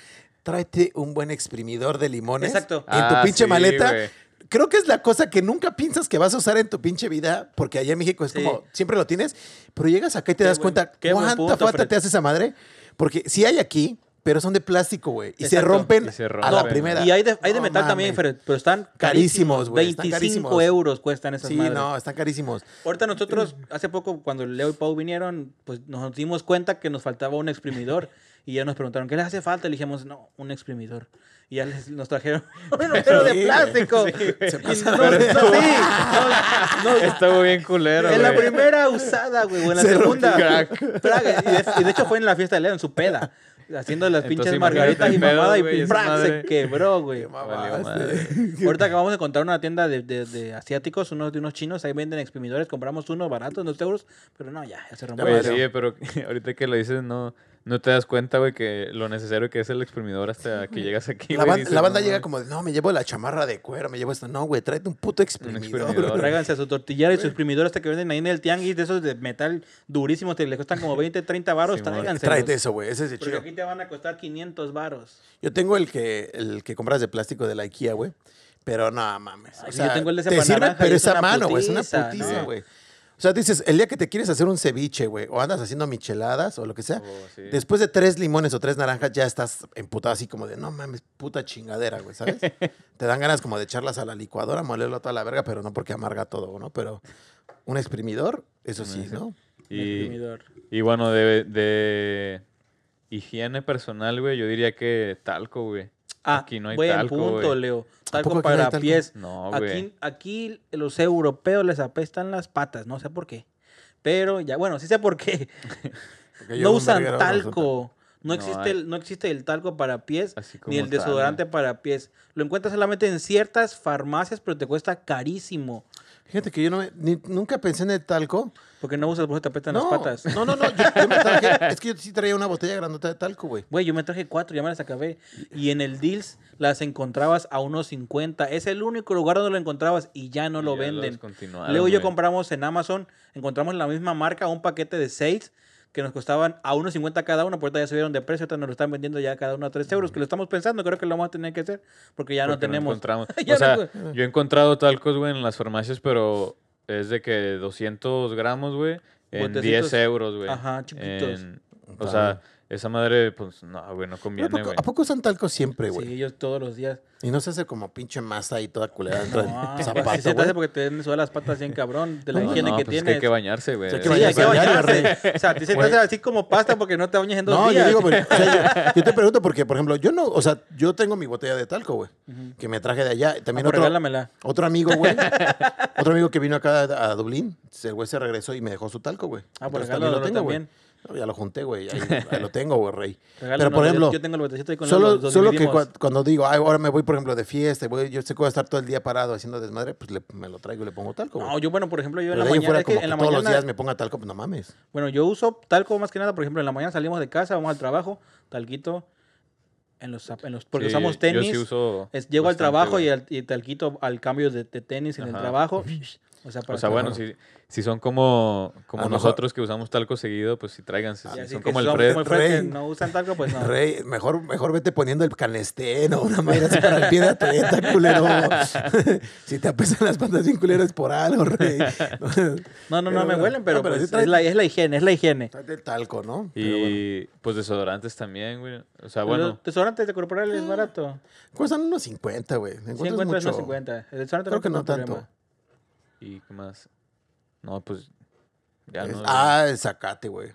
A: Tráete un buen exprimidor de limones
C: Exacto.
A: en tu
D: Ah,
A: pinche
D: sí,
A: maleta.
D: güey.
A: Creo que es la cosa que nunca piensas que vas a usar en tu pinche vida, porque allá en México es
C: Sí.
A: como siempre lo tienes, pero llegas acá y te
C: Qué
A: das
C: buen-
A: cuenta
C: qué buen
A: cuánta
C: punto,
A: falta
C: Fred.
A: te hace esa madre, porque si hay aquí, pero son de plástico, güey. Y se
C: Exacto.
A: rompen
D: Y se
A: a la
D: rompen.
A: primera.
C: Y hay de, hay de
A: No
C: metal también,
A: mames.
C: Fred, pero están
A: Carísimos, güey, están
C: 25
A: carísimos.
C: euros cuestan esas
A: Sí,
C: madres.
A: no, están carísimos.
C: Ahorita nosotros, hace poco, cuando Leo y Pau vinieron, pues nos dimos cuenta que nos faltaba un exprimidor. Y ya nos preguntaron, ¿qué les hace falta? Le dijimos, no, un exprimidor. Y ya les- nos trajeron un pero de
A: Sí, güey.
C: plástico.
A: Se
C: Y
A: pasa
C: no,
A: de
C: no,
A: verga.
C: sí, no, no,
D: (laughs) Estuvo bien culero,
C: en la
D: güey.
C: primera usada, güey, o en la
A: Se
C: segunda.
D: rompió.
C: Praga. Y de, y de hecho fue en la fiesta de Leo, en su peda. Haciendo las
D: Entonces,
C: pinches
D: imagínate
C: margaritas y
D: el pedo,
C: mamada y
D: güey, esa
C: ¡prac! se
D: madre.
C: quebró, güey.
D: Valió
A: Mamaste.
C: (laughs)
D: madre.
C: Ahorita acabamos de encontrar una tienda de, de- de asiáticos, unos de unos chinos, ahí venden exprimidores, compramos uno barato, unos euros, pero no, ya, ya se rompió.
D: Güey,
A: valió.
D: Pues sí, pero (laughs) ahorita que lo dices, no, no te das cuenta, güey, que lo necesario que es el exprimidor hasta que llegas aquí,
A: La,
D: güey,
A: ban-
D: dices,
A: la banda
D: no,
A: llega
D: mames.
A: como, de, no, me llevo la chamarra de cuero, me llevo esto. No, güey, tráete un puto exprimidor.
D: exprimidor.
C: Tráiganse a su tortillera y su exprimidor hasta que venden ahí en el tianguis de esos de metal durísimos, que les cuestan como 20, 30 varos, (laughs)
D: Simón.
C: tráiganse.
A: Tráete eso, güey, ese es el
C: Porque
A: chido.
C: aquí te van a costar 500 varos.
A: Yo tengo el que, el que compras de plástico de la IKEA, güey. Pero no mames.
C: Ay,
A: O
C: yo
A: sea,
C: tengo el de
A: te
C: cepa
A: sirve,
C: naranja y
A: pero
C: es
A: esa
C: una
A: mano, güey. Es una
C: putiza,
A: putiza,
C: ¿no?
A: güey. O sea, dices, el día que te quieres hacer un ceviche, güey, o andas haciendo micheladas o lo que sea,
D: Oh, sí.
A: después de tres limones o tres naranjas ya estás emputado así como de, no mames, puta chingadera, güey,
C: (laughs)
A: ¿sabes? te dan ganas como de echarlas a la licuadora, molerlo a toda la verga, pero no porque amarga todo, ¿no? Pero un exprimidor, eso sí, ¿no?
C: el
D: Y,
C: exprimidor.
D: y bueno, de, de higiene personal, güey, yo diría que talco, güey.
C: Ah,
D: Aquí no hay
C: buen
D: talco,
C: punto,
D: güey.
C: Leo.
A: poco
C: Talco
A: aquí no hay
C: para
A: talco?
C: pies.
D: No, güey.
C: Aquí, aquí los europeos les apestan las patas, no sé por qué. Pero ya, bueno, sí sé por qué.
A: Porque yo
C: No
A: un
C: usan
A: verguero no uso
C: talco. No
D: No
C: existe,
D: hay.
C: el, no existe el talco para pies
D: Así como
C: ni el
D: tal,
C: desodorante
D: güey.
C: para pies. Lo encuentras solamente en ciertas farmacias, pero te cuesta carísimo.
A: Fíjate que yo no me- ni- nunca pensé en el talco.
C: Porque no usas, por eso te apestan
A: no, (laughs)
C: las patas.
A: No, no, no. Yo, yo me
C: (laughs)
A: traje- es que yo sí traía una botella grandota de talco, güey.
C: Güey, yo me traje cuatro, ya me las acabé. Y en el Deals las encontrabas a unos 50. Es el único lugar donde lo encontrabas y ya no
D: Y
C: lo
D: ya los
C: venden.
D: descontinuaron,
C: Luego yo
D: güey.
C: compramos en Amazon, encontramos la misma marca, un paquete de seis que nos costaban a 1.50 cada uno, pero ahorita ya subieron de precio, ahorita nos lo están vendiendo ya cada uno a 3 euros, que lo estamos pensando, creo que lo vamos a tener que hacer, porque ya no
D: porque
C: tenemos.
D: encontramos.
C: (laughs) Ya
D: o
C: no
D: sea,
C: encu-
D: yo he encontrado talcos, güey, en las farmacias, pero es de que 200 gramos, güey, en
C: Botecitos.
D: 10 euros, güey.
C: Ajá, chiquitos.
D: En- o sea, esa madre, pues, no, güey,
A: Pero
D: no
A: ¿A
D: conviene,
A: poco,
D: güey.
A: ¿a poco usan talco siempre, güey?
C: sí, ellos todos
A: (laughs)
C: los días.
A: Y no se hace como pinche masa y toda culera dentro del (laughs)
C: No, si
A: zapato,
C: se te hace
A: güey.
C: porque te sudan las patas bien cabrón, de la
A: No,
C: higiene
D: no,
C: que
D: pues es
C: tienes.
D: hay que bañarse, güey.
A: hay que
C: Sí, hay que
A: bañarse.
C: bañarse. (laughs) O sea, a ti se te hace así como pasta porque no te bañas en
A: (laughs)
C: dos
A: No,
C: días.
A: yo digo, pero, o
C: (laughs)
A: sea, yo, yo te pregunto porque, por ejemplo, yo no, o sea, yo tengo mi botella de talco, güey, que me traje de allá.
C: Ah,
A: También
C: pues
A: otro,
C: regálamela.
A: otro amigo,
C: (laughs)
A: güey, otro amigo que vino acá a, a Dublín, el güey se regresó y me dejó su talco, güey.
C: Ah, pues
A: Entonces, también
C: regálamelo
A: lo tengo, güey.
C: también.
A: No, ya lo junté, güey,
C: (laughs)
A: ahí, ahí lo tengo, güey, rey. Pero,
C: Regálanos,
A: por
C: yo-
A: ejemplo,
C: yo tengo el botecito ahí con los
A: Solo,
C: dos
A: solo que
C: dividimos.
A: cua- cuando digo, "Ay, ahora me voy, por ejemplo, de fiesta, y voy, yo sé que voy a estar todo el día parado haciendo desmadre, pues le- me lo traigo y le pongo talco. güey.
C: No, yo, bueno, por ejemplo, yo en
A: Pero
C: la
A: de ahí en
C: mañana.
A: fuera,
C: es que
A: como
C: en
A: que
C: la
A: todos los
C: mañana-
A: días me ponga talco, pues no mames.
C: Bueno, yo uso talco más que nada, por ejemplo, en la mañana salimos de casa, vamos al trabajo, talquito en los, zap- en los porque
D: Sí,
C: usamos
D: yo
C: tenis.
D: sí uso
C: es- llego al
D: bastante,
C: trabajo y,
D: güey.
C: al- y talquito al cambio de, de tenis en el
D: Ajá. (laughs)
C: trabajo. O sea, para
D: O sea,
C: que-
D: bueno, si, si son como,
A: A
D: como
A: lo
D: nosotros que usamos talco seguido, pues sí, tráiganse.
C: Y
D: sí,
C: Ah, así
D: son
C: que
D: como el
C: somos
D: Fred.
C: como el Fred que
A: Rey.
C: no usan talco, pues no.
A: Rey, mejor, mejor vete poniendo el canestén o una madre así para el pie de atleta,
C: (laughs)
A: culero. si te apesan las patas bien culeras por algo,
C: (laughs)
A: rey.
C: No,
A: Pero
C: no, no me
A: bueno.
C: huelen, pero,
A: No, pero
C: pues,
A: sí trae-
C: es, la, es la higiene, es la higiene.
A: Trate el talco, ¿no? Pero bueno.
D: Y pues desodorantes también, güey. O sea,
C: Los
D: Ah, bueno.
C: desodorantes de corporal es barato.
A: Cuestan unos 50, güey. Me
C: Sí
A: encuentras
C: encuentras
A: mucho.
C: unos 50. El desodorante
A: Creo que
C: tengo
A: no tanto.
C: problema.
D: ¿Y qué más? No, pues. Ya
A: Es-
D: no.
A: ah, el zacate, güey.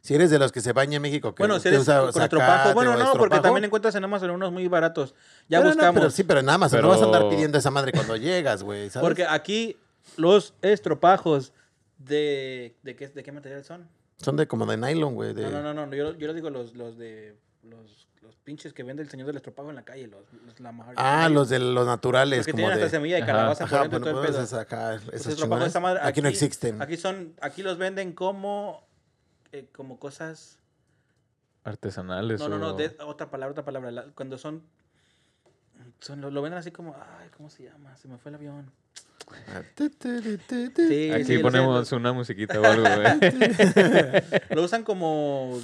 A: Si eres de los que se baña en México, que
C: Bueno, si
A: usted
C: eres
A: usa
C: con
A: zacate
C: estropajo. Bueno,
A: o
C: no, porque
A: estropajo.
C: también encuentras en Amazon unos muy baratos. Ya
A: Pero no,
C: buscamos.
A: pero sí, pero en Amazon
D: Pero-
A: no vas a andar pidiendo esa madre cuando llegas, güey. ¿sabes?
C: Porque aquí los estropajos de... ¿De qué, de qué material son?
A: son de como de nylon, güey. de-
C: No, no, no, no. Yo, yo lo digo los, los de... Los, los pinches que vende el señor del estropajo en la calle. Los, los- la mayor-
A: Ah, los de los naturales,
C: Porque
A: como
C: tienen hasta
A: de.
C: semilla de
D: Ajá,
C: calabaza por
A: Ajá,
C: dentro y
A: bueno,
C: todo el
A: pues
C: pedo.
A: esas acá,
C: Los
A: esas
C: estropajos,
A: chingonas.
C: esa madre,
A: Aquí no existen.
C: Aquí son... Aquí los venden como... eh, como cosas...
D: Artesanales.
C: No, no, no,
D: o-
C: de- otra palabra, otra palabra. la- cuando son. son lo, lo venden así como. Ay, ¿cómo se llama? Se me fue el avión.
A: Ah,
C: Sí,
D: Aquí
C: sí, lo sé,
A: (laughs)
D: ponemos una musiquita o algo, güey.
C: Lo usan como.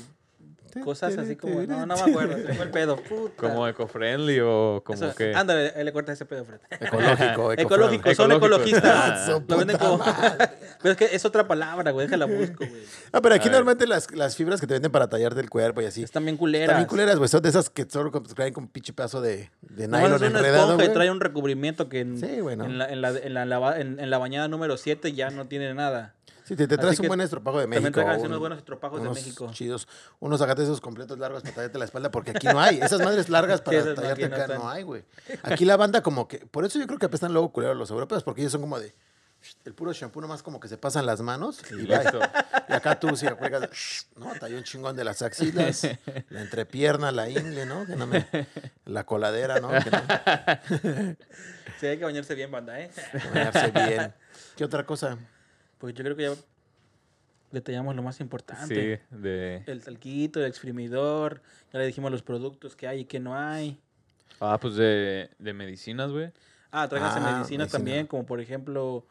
C: Cosas así como. No, no me acuerdo. Tengo el pedo. Puta.
D: Como eco-friendly o como
C: Eso-
D: que.
C: Ándale, le- le cortas ese pedo, Fred. (laughs)
A: Ecológico,
C: Ecológico, son
D: Ecológico.
A: Ah,
C: ecologistas.
A: su
C: Lo venden
A: puta
C: como-
A: madre.
C: Pero es que es otra palabra, güey. Déjala busco, güey.
A: Ah, pero aquí
D: A ver.
A: normalmente las, las fibras que te venden para tallarte el cuerpo y así.
C: Están bien culeras.
A: También culeras, güey. Son de esas que solo con- traen con pinche pedazo de, de
C: Nomás
A: nylon
C: es una
A: enredado,
C: esponja y
A: güey.
C: trae un recubrimiento que en,
A: Sí, güey, no.
C: en, la, en, la, en, la, lava- en- en la bañada número 7 ya no tiene nada.
A: Sí, te, te
C: Así
A: traes un
C: que
A: buen estropajo de México.
C: también traigan así
A: un-
C: unos buenos estropajos de
A: unos
C: México.
A: chidos. Unos sacate esos completos largos para tallarte la espalda, porque aquí no hay. Esas madres largas
C: (laughs) Sí,
A: para
C: esas no,
A: tallarte
C: aquí no
A: acá no,
C: están.
A: hay, güey. Aquí la banda como que... Por eso yo creo que apestan luego culeros los europeos, porque ellos son como de... El puro shampoo nomás como que se pasan las manos y,
D: Y
A: bye.
D: listo.
A: Y acá tú si acuerdas, no, talló un chingón de las axilas, la entrepierna, la ingle, ¿no? Que no me- la coladera, ¿no? Que no-
C: Sí, hay que bañarse bien, banda, ¿eh?
A: Bañarse bien. ¿Qué otra cosa?
C: Pues yo creo que ya detallamos lo más
D: Sí,
C: importante.
D: de.
C: El talquito, el exprimidor, ya le dijimos los productos que hay y que no hay.
D: Ah, pues de, de medicinas, güey.
C: Ah, tráiganse
A: Ah,
C: medicinas
A: medicina.
C: también, como por ejemplo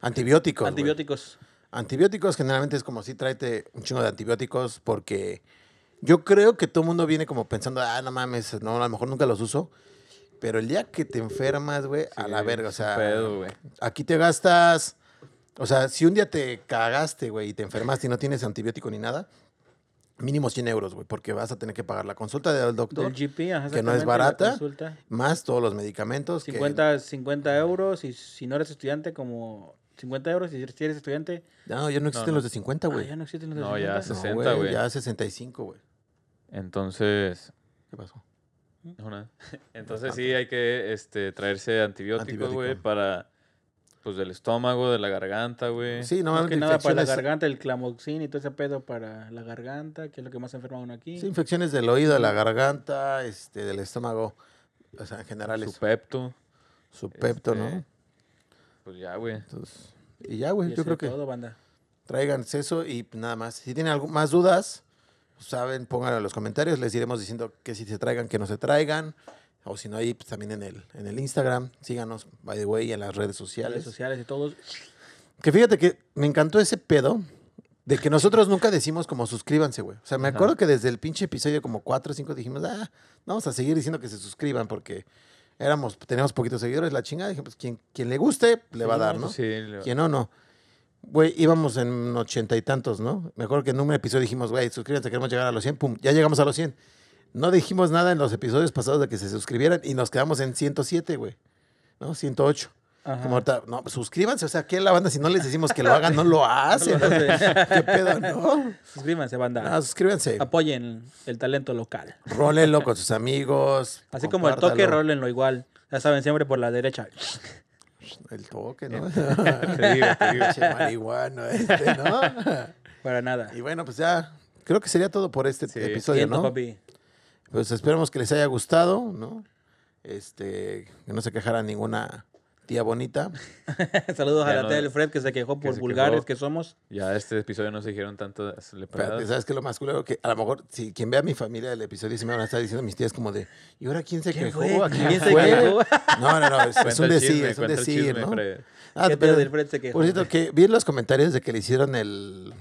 A: Antibióticos. güey.
C: antibióticos.
A: Antibióticos generalmente es como si tráete un chingo de antibióticos porque yo creo que todo el mundo viene como pensando, ah, no mames, no, a lo mejor nunca los uso. Pero el día que te enfermas, güey, a la
D: Sí,
A: verga, o
D: es un
A: sea,
D: pedo, güey.
A: aquí te gastas, o sea, si un día te cagaste, güey, y te enfermaste y no tienes antibiótico ni nada, mínimo 100 euros, güey, porque vas a tener que pagar la consulta del doctor,
C: Del GP, ajá,
A: que no es
C: exactamente, la
A: barata,
C: consulta.
A: más todos los medicamentos. que-
C: 50, 50 euros y si no eres estudiante, como 50 euros. Y si eres estudiante,
A: No, ya no existen
D: no.
A: los de 50,
C: ah,
A: güey.
C: ya no existen los
D: No, ya
A: No,
D: 60,
A: güey,
D: güey.
A: Ya 65, güey.
D: Entonces.
A: ¿Qué pasó?
D: no, nada. Entonces sí hay que este, traerse antibióticos, güey,
A: Antibiótico.
D: para. Pues del estómago, de la garganta, güey.
A: Sí, no,
C: Más que
A: de
C: nada para la
A: infecciones-
C: garganta, el clamoxin y todo ese pedo para la garganta, que es lo que más enferma uno aquí.
A: Sí, infecciones del oído, de la garganta, este, del estómago, o sea, en general es
D: Su pepto.
A: su pepto, ¿no?
D: este, Pues ya, güey.
A: Entonces, y ya,
C: Y
A: güey,
C: eso
A: yo creo
C: es
A: que
C: todo, banda.
A: traigan eso y nada más. Si tienen algo, más dudas, pues, saben, pónganlo en los comentarios, les iremos diciendo que si se traigan, que no se traigan, o si no ahí pues, también en el, en el Instagram, síganos, by the way, en las redes
C: Redes
A: sociales.
C: sociales y todos.
A: Que fíjate que me encantó ese pedo de que nosotros nunca decimos como suscríbanse, güey. O sea, me
D: Ajá.
A: acuerdo que desde el pinche episodio como 4 o 5 dijimos, ah, vamos a seguir diciendo que se suscriban porque éramos, teníamos poquitos seguidores, la chingada. Dije, pues quien, quien le guste, le va a dar, ¿no?
D: Sí, le-
A: Quien no, no. Güey, íbamos en ochenta y tantos, ¿no? Me acuerdo que en un episodio dijimos, güey, suscríbanse, queremos llegar a los 100, pum, ya llegamos a los 100. No dijimos nada en los episodios pasados de que se suscribieran y nos quedamos en 107, güey, ¿no? 108.
C: Ajá.
A: Como ahorita, no, suscríbanse, o sea, aquí en la banda, si no les decimos que lo hagan, no
C: (laughs)
A: lo hacen. ¿Qué pedo, no?
C: Suscríbanse, banda.
A: No, suscríbanse.
C: Apoyen el talento local.
A: Rólenlo con sus amigos.
C: Así como el toque,
A: compártalo.
C: rólenlo igual. Ya saben, siempre por la derecha. (laughs)
A: El toque, (laughs)
C: Eh,
A: ¿no?
D: Te digo, te digo.
A: Pinche marihuano este, ¿no?
C: (laughs) Para nada.
A: Y bueno, pues ya, creo que sería todo por este
D: Sí.
A: episodio,
C: Siento,
A: ¿no?
C: papi.
A: Pues esperemos que les haya gustado, ¿no? Este, que no se quejara ninguna tía bonita.
C: (laughs) Saludos
D: Ya
C: a la
D: no-
C: tía del Fred que se quejó
D: que
C: por
D: se
C: vulgares
D: quejó.
C: que somos.
D: Ya este episodio no se dijeron tantas
A: Espérate,
D: leperadas.
A: ¿sabes qué es lo más culero? Que a lo mejor, si quien vea mi familia del episodio, se me van a estar diciendo mis tías como de, ¿y ahora quién se quejó?
C: fue?
A: ¿A quién
C: ¿Quién se
A: fue?"
C: (laughs) quejó?
A: No, no, no, es, es
D: Cuenta
A: un
D: el
A: decir,
D: chisme,
A: es un
D: cuenta el
A: decir,
D: chisme,
A: ¿no?
D: Fred.
A: Ah,
C: ¿Qué
A: pero-
C: tío del Fred se quejó?
A: Por cierto, que vi en los comentarios de que le hicieron el,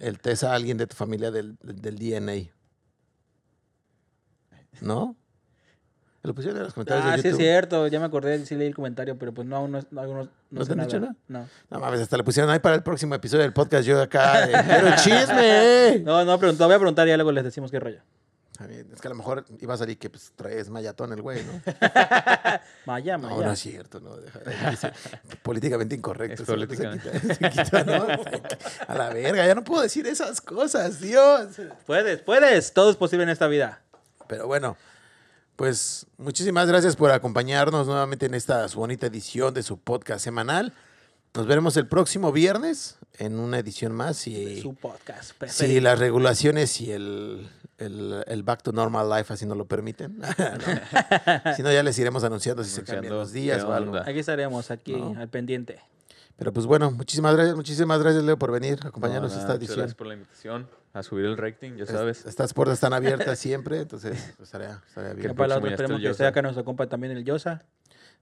A: el test a alguien de tu familia del, del DNA. ¿No? Lo pusieron en los comentarios
C: Ah,
A: de
C: sí es
A: YouTube.
C: cierto, ya me acordé, sí leí el comentario, pero pues no, aún no, no, aún no, no
A: ¿No
C: sé
A: te han dicho
C: nada. No.
A: No mames, hasta le pusieron ahí para el próximo episodio del podcast. Yo acá, eh,
C: (laughs)
A: quiero chisme. eh".
C: No, no, pregunto, voy a preguntar y ya luego les decimos qué rollo.
A: Está bien, Es que a lo mejor iba a salir que pues, traes mayatón el güey, ¿no?
C: Maya,
A: No,
C: Maya.
A: no es cierto, no. deja- dice, Ah, (laughs) políticamente incorrecto.
D: Es
A: eso no se
D: políticamente-
A: quita, se quita, (laughs) ¿no? A la verga, ya no puedo decir esas cosas, Dios.
C: Puedes, puedes, todo es posible en esta vida.
A: Pero bueno, pues muchísimas gracias por acompañarnos nuevamente en esta su bonita edición de su podcast semanal. Nos veremos el próximo viernes en una edición más y
C: Su podcast.
A: si
C: preferido.
A: las regulaciones y el, el- el back to normal life así no lo permiten. (laughs) No. Si no, ya les iremos anunciando si se cambian
D: Anunciando
A: los días
D: qué
A: o algo.
D: onda.
C: Aquí estaremos, aquí,
A: No.
C: al pendiente.
A: Pero pues bueno, muchísimas gracias, muchísimas gracias Leo por venir, a acompañarnos
D: No,
A: en esta
D: nada, muchas
A: edición.
D: Gracias por la invitación a subir el rating, ya
A: Es-
D: sabes.
A: Estas puertas están
D: (laughs)
A: abiertas siempre, entonces pues, estaría, estaría
C: Que
A: bien.
C: para la
D: próximo
C: otra
D: ya está
C: esperemos
D: el
C: que esté
D: Yosa.
C: acá nuestro compa también el Yosa,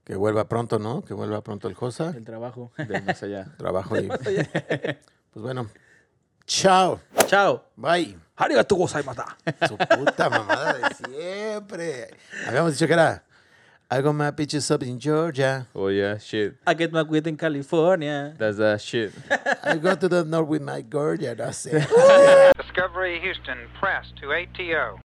A: Que vuelva pronto, ¿no? Que vuelva pronto el Josa.
C: el trabajo.
D: Del más allá.
A: (laughs) trabajo y pues bueno. Chao.
C: Chao.
A: Bye.
C: Arigatou gozaimata.
A: Su puta mamada de siempre. Habíamos dicho que era. I got my bitches up in Georgia.
D: Oh, yeah, shit.
C: I get my weed in California.
D: That's that shit.
A: I go to the north with my Georgia. No sé.
B: Discovery Houston Press to ATO.